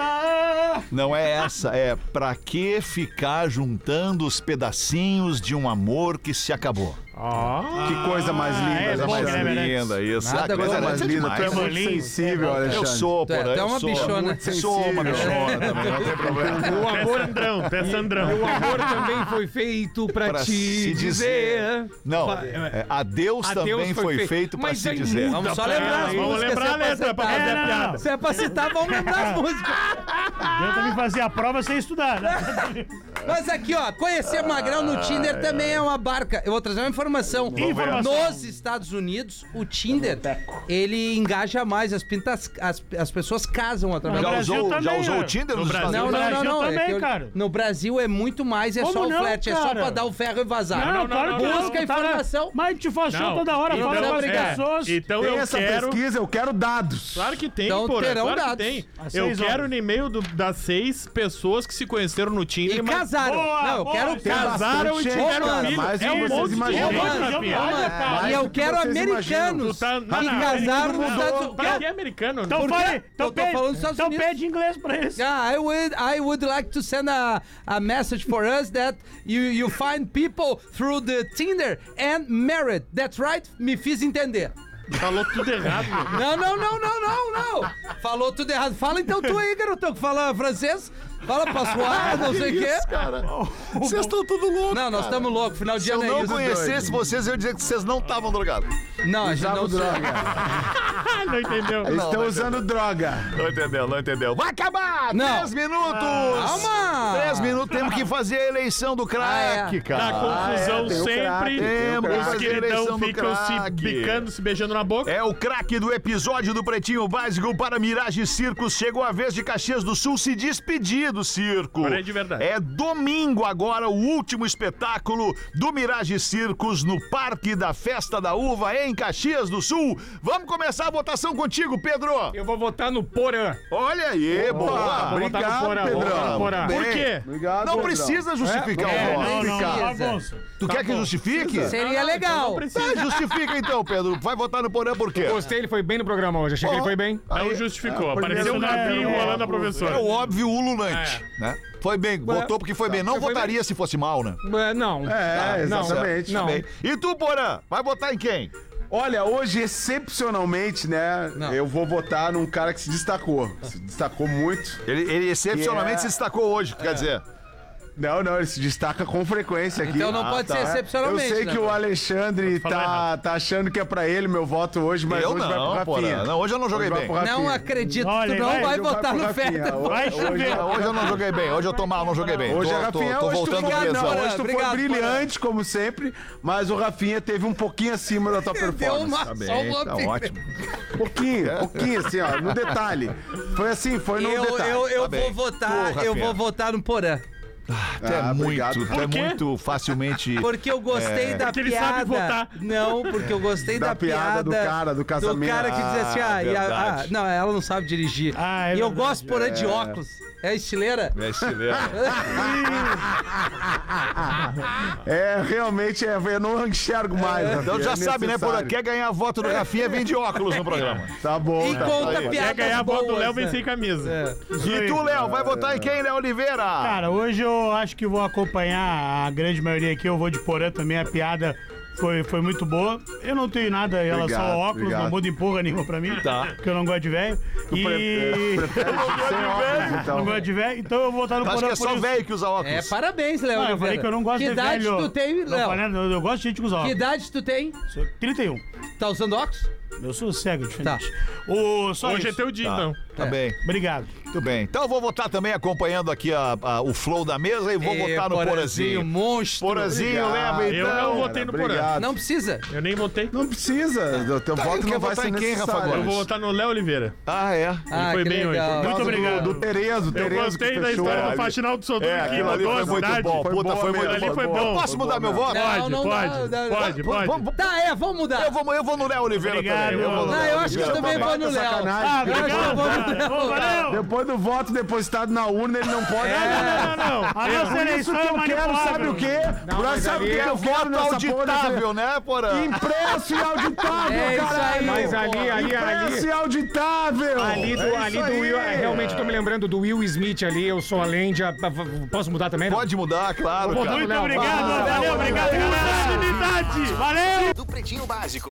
[SPEAKER 9] Planeta!
[SPEAKER 1] Não é essa, é pra que ficar juntando os pedacinhos de um amor que se acabou.
[SPEAKER 10] Ah.
[SPEAKER 7] Que coisa mais
[SPEAKER 4] Ah,
[SPEAKER 7] linda,
[SPEAKER 9] é
[SPEAKER 7] né,
[SPEAKER 9] bom,
[SPEAKER 7] Alexandre?
[SPEAKER 9] né, Guilherme
[SPEAKER 1] linda, isso.
[SPEAKER 6] Nada
[SPEAKER 1] Ah, coisa
[SPEAKER 7] Coisa
[SPEAKER 6] como-
[SPEAKER 7] mais
[SPEAKER 1] mais
[SPEAKER 7] linda. Tu é
[SPEAKER 1] demais.
[SPEAKER 7] muito
[SPEAKER 9] Bolinho.
[SPEAKER 7] sensível,
[SPEAKER 1] Eu
[SPEAKER 7] Alexandre.
[SPEAKER 1] sou,
[SPEAKER 6] Tu é
[SPEAKER 1] Porã,
[SPEAKER 6] até
[SPEAKER 1] eu
[SPEAKER 6] uma
[SPEAKER 1] sou.
[SPEAKER 6] bichona.
[SPEAKER 1] Eu Sou uma bichona também, não tem problema.
[SPEAKER 8] O amor Andrão, peça
[SPEAKER 10] O
[SPEAKER 8] Andrão.
[SPEAKER 10] amor também foi feito pra,
[SPEAKER 1] Pra
[SPEAKER 10] te
[SPEAKER 1] se
[SPEAKER 10] dizer.
[SPEAKER 1] dizer. Não,
[SPEAKER 10] Vai,
[SPEAKER 1] é, adeus também foi feito, pra
[SPEAKER 10] Mas
[SPEAKER 1] se
[SPEAKER 10] aí
[SPEAKER 1] dizer.
[SPEAKER 10] muda
[SPEAKER 6] Vamos só
[SPEAKER 10] pra
[SPEAKER 6] lembrar
[SPEAKER 10] ela.
[SPEAKER 6] as
[SPEAKER 8] Vamos
[SPEAKER 6] músicas.
[SPEAKER 8] lembrar
[SPEAKER 6] se é
[SPEAKER 8] a letra pra
[SPEAKER 6] citar.
[SPEAKER 8] fazer
[SPEAKER 6] É,
[SPEAKER 8] a piada.
[SPEAKER 6] Se é pra citar, vamos lembrar as músicas.
[SPEAKER 9] Adianta me fazer a prova sem estudar, né?
[SPEAKER 6] Mas aqui, ó, conhecer Magrão no Tinder também é uma barca. Eu vou trazer uma informação.
[SPEAKER 9] Informação.
[SPEAKER 6] Nos Estados Unidos, o Tinder, ele engaja mais. As, pintas, as, as pessoas casam através
[SPEAKER 1] Já
[SPEAKER 9] No
[SPEAKER 6] do
[SPEAKER 9] Brasil
[SPEAKER 1] usou, já
[SPEAKER 9] também,
[SPEAKER 1] usou
[SPEAKER 9] né?
[SPEAKER 1] o Tinder
[SPEAKER 8] No
[SPEAKER 1] nos
[SPEAKER 8] Brasil.
[SPEAKER 1] Estados
[SPEAKER 6] Não,
[SPEAKER 9] No
[SPEAKER 6] não, não,
[SPEAKER 9] Brasil
[SPEAKER 6] não. é
[SPEAKER 9] também,
[SPEAKER 6] que eu-
[SPEAKER 9] cara.
[SPEAKER 6] No Brasil é muito mais, é
[SPEAKER 9] Como
[SPEAKER 6] só o
[SPEAKER 9] não,
[SPEAKER 6] flerte, é só
[SPEAKER 9] cara?
[SPEAKER 6] pra dar o ferro e vazar.
[SPEAKER 9] claro que
[SPEAKER 6] Busca
[SPEAKER 9] não, tá na-
[SPEAKER 6] informação.
[SPEAKER 9] Mas te faz show
[SPEAKER 8] Não.
[SPEAKER 9] toda hora,
[SPEAKER 8] Então,
[SPEAKER 9] fala com as
[SPEAKER 8] é,
[SPEAKER 9] pessoas.
[SPEAKER 8] Então
[SPEAKER 7] Tem
[SPEAKER 8] eu
[SPEAKER 7] essa
[SPEAKER 8] quero
[SPEAKER 7] pesquisa, eu quero dados.
[SPEAKER 8] Claro que tem,
[SPEAKER 6] Então
[SPEAKER 8] porra.
[SPEAKER 6] terão
[SPEAKER 8] claro
[SPEAKER 6] dados.
[SPEAKER 8] que tem.
[SPEAKER 9] Às
[SPEAKER 8] Eu
[SPEAKER 9] seis
[SPEAKER 8] quero
[SPEAKER 9] horas.
[SPEAKER 8] no e-mail do- das seis pessoas que se conheceram no Tinder
[SPEAKER 6] E
[SPEAKER 8] mas
[SPEAKER 6] casaram.
[SPEAKER 5] Boa,
[SPEAKER 6] não, eu
[SPEAKER 5] boa,
[SPEAKER 6] quero
[SPEAKER 5] tem
[SPEAKER 6] caso.
[SPEAKER 5] bastante gente, cara, mais
[SPEAKER 6] é
[SPEAKER 5] do que
[SPEAKER 6] um
[SPEAKER 5] vocês
[SPEAKER 6] monte de
[SPEAKER 5] imaginam. É um monte de gente,
[SPEAKER 4] né,
[SPEAKER 6] gente, Olha,
[SPEAKER 5] olha,
[SPEAKER 6] cara,
[SPEAKER 5] mais
[SPEAKER 6] E
[SPEAKER 5] do
[SPEAKER 6] eu
[SPEAKER 5] que
[SPEAKER 6] quero
[SPEAKER 5] vocês
[SPEAKER 6] americanos
[SPEAKER 5] imaginam. Tu tá-
[SPEAKER 6] que
[SPEAKER 5] não, não,
[SPEAKER 6] casaram
[SPEAKER 5] americano
[SPEAKER 6] nos
[SPEAKER 5] mudou.
[SPEAKER 6] Estados Unidos.
[SPEAKER 5] Pra que americano?
[SPEAKER 6] Então
[SPEAKER 5] Então
[SPEAKER 6] fala
[SPEAKER 5] fala aí,
[SPEAKER 6] Então
[SPEAKER 5] então
[SPEAKER 6] eu tô
[SPEAKER 5] pede-
[SPEAKER 6] falando dos Estados
[SPEAKER 5] então
[SPEAKER 6] Unidos.
[SPEAKER 5] pede em inglês pra eles.
[SPEAKER 6] Yeah, Ah, I would, I would like to send a, a message for us that you, you find people through the Tinder and married. That's right, me fiz entender.
[SPEAKER 8] Falou tudo errado, meu.
[SPEAKER 6] Não, não, não, não, não, não. Falou tudo errado. Fala então tu aí, garotão, que fala francês. Fala passoar, não sei o
[SPEAKER 4] Que
[SPEAKER 6] quê.
[SPEAKER 4] isso, cara? Vocês estão tudo loucos.
[SPEAKER 6] Não, nós
[SPEAKER 4] cara.
[SPEAKER 6] estamos loucos. Final de
[SPEAKER 4] Se
[SPEAKER 6] ano
[SPEAKER 4] eu
[SPEAKER 6] é
[SPEAKER 4] não
[SPEAKER 6] isso.
[SPEAKER 4] conhecesse vocês, eu ia dizer que vocês não estavam drogados.
[SPEAKER 6] Não, a gente
[SPEAKER 4] Usava
[SPEAKER 6] não
[SPEAKER 8] não entendeu.
[SPEAKER 4] Eles estão
[SPEAKER 7] usando droga.
[SPEAKER 4] Não entendeu, não entendeu. Vai acabar!
[SPEAKER 6] Não.
[SPEAKER 4] Três minutos!
[SPEAKER 6] Calma!
[SPEAKER 4] Três minutos, temos que fazer a eleição do
[SPEAKER 8] Ah,
[SPEAKER 4] craque,
[SPEAKER 8] é.
[SPEAKER 4] cara.
[SPEAKER 8] Dá confusão
[SPEAKER 4] Ah, tem o
[SPEAKER 8] sempre.
[SPEAKER 4] craque, tem o
[SPEAKER 8] Os
[SPEAKER 4] craque.
[SPEAKER 8] queridão
[SPEAKER 4] Eleição do
[SPEAKER 8] ficam se
[SPEAKER 4] craque.
[SPEAKER 8] bicando, se beijando na boca.
[SPEAKER 4] É o craque do episódio do Pretinho Básico para Mirage Circos. Chegou a vez de Caxias do Sul se despedir do circo.
[SPEAKER 8] Agora é de verdade.
[SPEAKER 4] É domingo agora, o último espetáculo do Mirage Circos no Parque da Festa da Uva, em Caxias do Sul. Vamos começar a votação contigo, Pedro.
[SPEAKER 10] Eu vou votar no Porã.
[SPEAKER 4] Olha aí, boa.
[SPEAKER 8] vou votar no Porã, vou votar no Porã.
[SPEAKER 4] Bem.
[SPEAKER 8] Por quê?
[SPEAKER 7] Obrigado,
[SPEAKER 4] Não
[SPEAKER 7] Pedrão.
[SPEAKER 4] precisa né? justificar
[SPEAKER 8] É, Tá
[SPEAKER 4] o voto.
[SPEAKER 9] Não, não,
[SPEAKER 6] Precisa.
[SPEAKER 9] bagunça.
[SPEAKER 4] Tu quer que justifique?
[SPEAKER 6] Seria legal.
[SPEAKER 4] Tá, justifica então, Pedro. Vai votar no Porã por quê?
[SPEAKER 8] é.
[SPEAKER 10] Gostei, ele foi bem no programa hoje. Achei que ele foi bem.
[SPEAKER 8] Não justificou. Apareceu
[SPEAKER 9] primeiro,
[SPEAKER 8] um
[SPEAKER 9] né,
[SPEAKER 8] navio
[SPEAKER 9] é,
[SPEAKER 8] rolando a
[SPEAKER 4] É
[SPEAKER 8] professora.
[SPEAKER 4] o óbvio ululante,
[SPEAKER 8] É.
[SPEAKER 4] né? Foi bem, votou porque foi bem. Não
[SPEAKER 10] Foi bem.
[SPEAKER 4] votaria se fosse mal, né?
[SPEAKER 10] É, não.
[SPEAKER 7] É,
[SPEAKER 10] não,
[SPEAKER 7] exatamente.
[SPEAKER 10] Não.
[SPEAKER 4] Bem. E tu, Porã, vai votar em quem?
[SPEAKER 7] Olha, hoje, excepcionalmente, né?
[SPEAKER 6] Não.
[SPEAKER 7] Eu vou votar num cara que se destacou. Se destacou muito.
[SPEAKER 4] Ele, ele excepcionalmente
[SPEAKER 7] Yeah.
[SPEAKER 4] se destacou hoje, quer dizer.
[SPEAKER 7] Não, não, ele se destaca com frequência aqui.
[SPEAKER 6] Então não
[SPEAKER 4] Ah,
[SPEAKER 6] pode
[SPEAKER 4] tá.
[SPEAKER 6] ser excepcionalmente,
[SPEAKER 7] Eu sei
[SPEAKER 6] né,
[SPEAKER 7] que o
[SPEAKER 6] cara?
[SPEAKER 7] Alexandre
[SPEAKER 8] Falou
[SPEAKER 7] tá,
[SPEAKER 8] errado.
[SPEAKER 7] tá achando que é pra ele meu voto hoje, mas
[SPEAKER 4] eu
[SPEAKER 7] hoje
[SPEAKER 4] não,
[SPEAKER 7] vai pro Rafinha.
[SPEAKER 4] Porã. Não, hoje eu não joguei
[SPEAKER 7] Hoje vai
[SPEAKER 4] bem.
[SPEAKER 7] pro Rafinha.
[SPEAKER 6] Não acredito,
[SPEAKER 9] Olha,
[SPEAKER 6] tu não
[SPEAKER 9] vai,
[SPEAKER 6] vai
[SPEAKER 7] Hoje
[SPEAKER 6] votar
[SPEAKER 7] pro
[SPEAKER 6] no
[SPEAKER 7] Rafinha.
[SPEAKER 6] Feder.
[SPEAKER 7] Hoje-
[SPEAKER 9] Vai
[SPEAKER 7] hoje-
[SPEAKER 9] chover.
[SPEAKER 4] Hoje eu não joguei bem, hoje eu tô mal, não joguei bem.
[SPEAKER 7] Hoje
[SPEAKER 4] tô,
[SPEAKER 7] é Rafinha,
[SPEAKER 4] tô, tô
[SPEAKER 7] hoje
[SPEAKER 4] voltando
[SPEAKER 7] tu,
[SPEAKER 4] do
[SPEAKER 7] foi,
[SPEAKER 4] lesão.
[SPEAKER 7] não, hoje tu
[SPEAKER 6] Obrigado,
[SPEAKER 7] foi brilhante, como sempre, mas o Rafinha teve um pouquinho acima da tua performance.
[SPEAKER 6] uma-
[SPEAKER 7] tá
[SPEAKER 6] só um
[SPEAKER 7] bem,
[SPEAKER 6] uma
[SPEAKER 7] tá
[SPEAKER 6] pica.
[SPEAKER 7] ótimo. Pouquinho, pouquinho, assim, ó, no detalhe. Foi assim, foi no
[SPEAKER 6] Eu,
[SPEAKER 7] detalhe.
[SPEAKER 6] eu, eu
[SPEAKER 4] Tá
[SPEAKER 6] vou
[SPEAKER 4] bem.
[SPEAKER 6] votar,
[SPEAKER 4] Pô,
[SPEAKER 6] eu
[SPEAKER 4] Rafinha.
[SPEAKER 6] vou votar no Porã.
[SPEAKER 4] Tu é
[SPEAKER 7] Ah, obrigado.
[SPEAKER 4] muito, tu é
[SPEAKER 8] Por quê?
[SPEAKER 4] muito facilmente.
[SPEAKER 6] Porque eu gostei da
[SPEAKER 8] Porque ele
[SPEAKER 6] piada.
[SPEAKER 8] sabe votar.
[SPEAKER 6] Não, porque eu gostei da,
[SPEAKER 7] Da piada do cara, do casamento.
[SPEAKER 6] cara que diz assim, ah,
[SPEAKER 4] Ah,
[SPEAKER 6] e a-
[SPEAKER 4] verdade.
[SPEAKER 6] ah, não, ela não sabe dirigir.
[SPEAKER 9] Ah, é
[SPEAKER 6] e eu
[SPEAKER 9] verdade.
[SPEAKER 6] gosto por de óculos. É estileira?
[SPEAKER 4] É estileiro.
[SPEAKER 7] É, realmente, é, eu não enxergo mais. Rafinha,
[SPEAKER 4] Então já
[SPEAKER 7] é
[SPEAKER 4] sabe, né, Porã?
[SPEAKER 7] necessário. É.
[SPEAKER 4] Quer ganhar voto do Rafinha, vem de óculos no programa.
[SPEAKER 7] Tá bom,
[SPEAKER 6] E
[SPEAKER 7] tá
[SPEAKER 6] conta
[SPEAKER 7] bom.
[SPEAKER 6] piadas
[SPEAKER 8] Quer ganhar a bola do Léo,
[SPEAKER 6] boas,
[SPEAKER 8] vem
[SPEAKER 6] né?
[SPEAKER 8] sem camisa.
[SPEAKER 4] É, E tu, Léo, vai votar em quem, Léo Oliveira?
[SPEAKER 9] Cara, hoje eu acho que vou acompanhar a grande maioria aqui. Eu vou de Porã também. A piada foi, foi muito boa. Eu não tenho nada em relação
[SPEAKER 7] Obrigado,
[SPEAKER 9] ao óculos,
[SPEAKER 7] obrigado.
[SPEAKER 9] não muda em porra nenhuma pra mim.
[SPEAKER 4] Tá.
[SPEAKER 9] Porque eu não gosto de velho. E.
[SPEAKER 7] Pre- prefere sem óculos, então.
[SPEAKER 9] Não gosto de velho, então eu vou votar no
[SPEAKER 4] Acho
[SPEAKER 9] Porã
[SPEAKER 4] que é
[SPEAKER 9] por
[SPEAKER 4] só
[SPEAKER 9] isso.
[SPEAKER 4] velho que usa óculos.
[SPEAKER 6] É, parabéns, Léo.
[SPEAKER 9] Não, Ah, eu falei
[SPEAKER 6] Oliveira.
[SPEAKER 9] que eu não gosto
[SPEAKER 6] que
[SPEAKER 9] de
[SPEAKER 6] idade
[SPEAKER 9] velho.
[SPEAKER 6] tu tem,
[SPEAKER 9] Não, falei,
[SPEAKER 6] Léo?
[SPEAKER 9] eu, eu gosto de gente que usa
[SPEAKER 6] Que
[SPEAKER 9] óculos.
[SPEAKER 6] idade tu tem?
[SPEAKER 9] Sou 31.
[SPEAKER 6] Tá usando óculos?
[SPEAKER 9] Eu sou cego, é diferente.
[SPEAKER 6] Tá.
[SPEAKER 9] O, só
[SPEAKER 8] Hoje é
[SPEAKER 9] isso.
[SPEAKER 8] teu dia, então.
[SPEAKER 4] Tá bem,
[SPEAKER 9] Obrigado.
[SPEAKER 4] muito bem. Então eu vou votar também acompanhando aqui a- a- o flow da mesa e vou
[SPEAKER 6] Ê,
[SPEAKER 4] votar no Porazinho.
[SPEAKER 6] monstro.
[SPEAKER 4] Porazinho leva
[SPEAKER 8] Eu não
[SPEAKER 4] então.
[SPEAKER 8] votei no Porã.
[SPEAKER 7] Obrigado.
[SPEAKER 6] Não precisa.
[SPEAKER 8] Eu nem votei.
[SPEAKER 7] Não precisa, o teu
[SPEAKER 4] Tá,
[SPEAKER 7] voto
[SPEAKER 4] quer
[SPEAKER 7] não vai
[SPEAKER 4] votar
[SPEAKER 7] ser
[SPEAKER 4] em quem, Rafa
[SPEAKER 7] necessário.
[SPEAKER 8] Eu vou votar no Léo Oliveira.
[SPEAKER 4] Ah, é.
[SPEAKER 6] Ah,
[SPEAKER 8] foi
[SPEAKER 6] que
[SPEAKER 8] bem hoje,
[SPEAKER 6] legal.
[SPEAKER 7] Por
[SPEAKER 8] foi bem.
[SPEAKER 7] causa
[SPEAKER 9] Muito
[SPEAKER 7] do-
[SPEAKER 9] obrigado.
[SPEAKER 7] Do Terezo,
[SPEAKER 8] Eu
[SPEAKER 7] Terezo que
[SPEAKER 8] gostei da
[SPEAKER 7] fechou.
[SPEAKER 8] história do
[SPEAKER 7] ali.
[SPEAKER 8] faxinal do Sodré.
[SPEAKER 4] É, aquilo ali foi muito bom.
[SPEAKER 7] Foi
[SPEAKER 4] Puta,
[SPEAKER 7] boa
[SPEAKER 4] foi muito
[SPEAKER 7] mesmo,
[SPEAKER 4] bom.
[SPEAKER 8] foi boa.
[SPEAKER 4] Eu
[SPEAKER 7] Foi
[SPEAKER 4] posso
[SPEAKER 7] boa
[SPEAKER 4] mudar meu
[SPEAKER 7] mesmo.
[SPEAKER 4] voto?
[SPEAKER 6] Não,
[SPEAKER 8] Pode,
[SPEAKER 6] não
[SPEAKER 8] pode,
[SPEAKER 6] dá, não
[SPEAKER 8] pode,
[SPEAKER 4] Vamos-
[SPEAKER 8] pode.
[SPEAKER 4] vamos-
[SPEAKER 6] Tá, é, vamos mudar.
[SPEAKER 4] Eu vou, eu vou no Léo Oliveira
[SPEAKER 9] Obrigado.
[SPEAKER 4] também. Eu vou no
[SPEAKER 6] Não,
[SPEAKER 4] Léo
[SPEAKER 6] Ah, eu acho que eu
[SPEAKER 4] Oliveira
[SPEAKER 6] também vou no Léo.
[SPEAKER 7] sacanagem.
[SPEAKER 9] Ah,
[SPEAKER 6] Eu acho que eu
[SPEAKER 9] obrigado.
[SPEAKER 6] vou no
[SPEAKER 9] cara.
[SPEAKER 6] Léo,
[SPEAKER 9] Ô,
[SPEAKER 6] cara.
[SPEAKER 9] valeu.
[SPEAKER 7] Depois do voto depositado na urna, ele não
[SPEAKER 4] É.
[SPEAKER 7] pode.
[SPEAKER 8] Não, não, não.
[SPEAKER 9] A nossa
[SPEAKER 7] É, Isso
[SPEAKER 9] eleição
[SPEAKER 7] que
[SPEAKER 9] é
[SPEAKER 7] eu quero,
[SPEAKER 9] manipulável.
[SPEAKER 7] sabe o quê?
[SPEAKER 10] Não,
[SPEAKER 7] Pra-
[SPEAKER 10] mas
[SPEAKER 7] sabe o
[SPEAKER 10] ali
[SPEAKER 7] que
[SPEAKER 10] é
[SPEAKER 7] eu quero
[SPEAKER 4] Voto
[SPEAKER 7] nessa porra dessa-
[SPEAKER 4] auditável, né, Porã?
[SPEAKER 7] Impresso e auditável,
[SPEAKER 6] É isso aí.
[SPEAKER 7] caralho!
[SPEAKER 10] Mas ali, ali, ali.
[SPEAKER 7] Impresso e auditável!
[SPEAKER 10] Ali do,
[SPEAKER 7] É isso
[SPEAKER 10] ali do
[SPEAKER 7] aí.
[SPEAKER 10] Will, é, realmente tô me lembrando do Will Smith ali, eu sou a Lendia. p- p- Posso mudar também? né?
[SPEAKER 4] Pode mudar, claro, cara.
[SPEAKER 9] Muito
[SPEAKER 10] Léo,
[SPEAKER 9] obrigado,
[SPEAKER 10] valeu,
[SPEAKER 9] valeu, obrigado, galera. Valeu!
[SPEAKER 1] Do Pretinho Básico.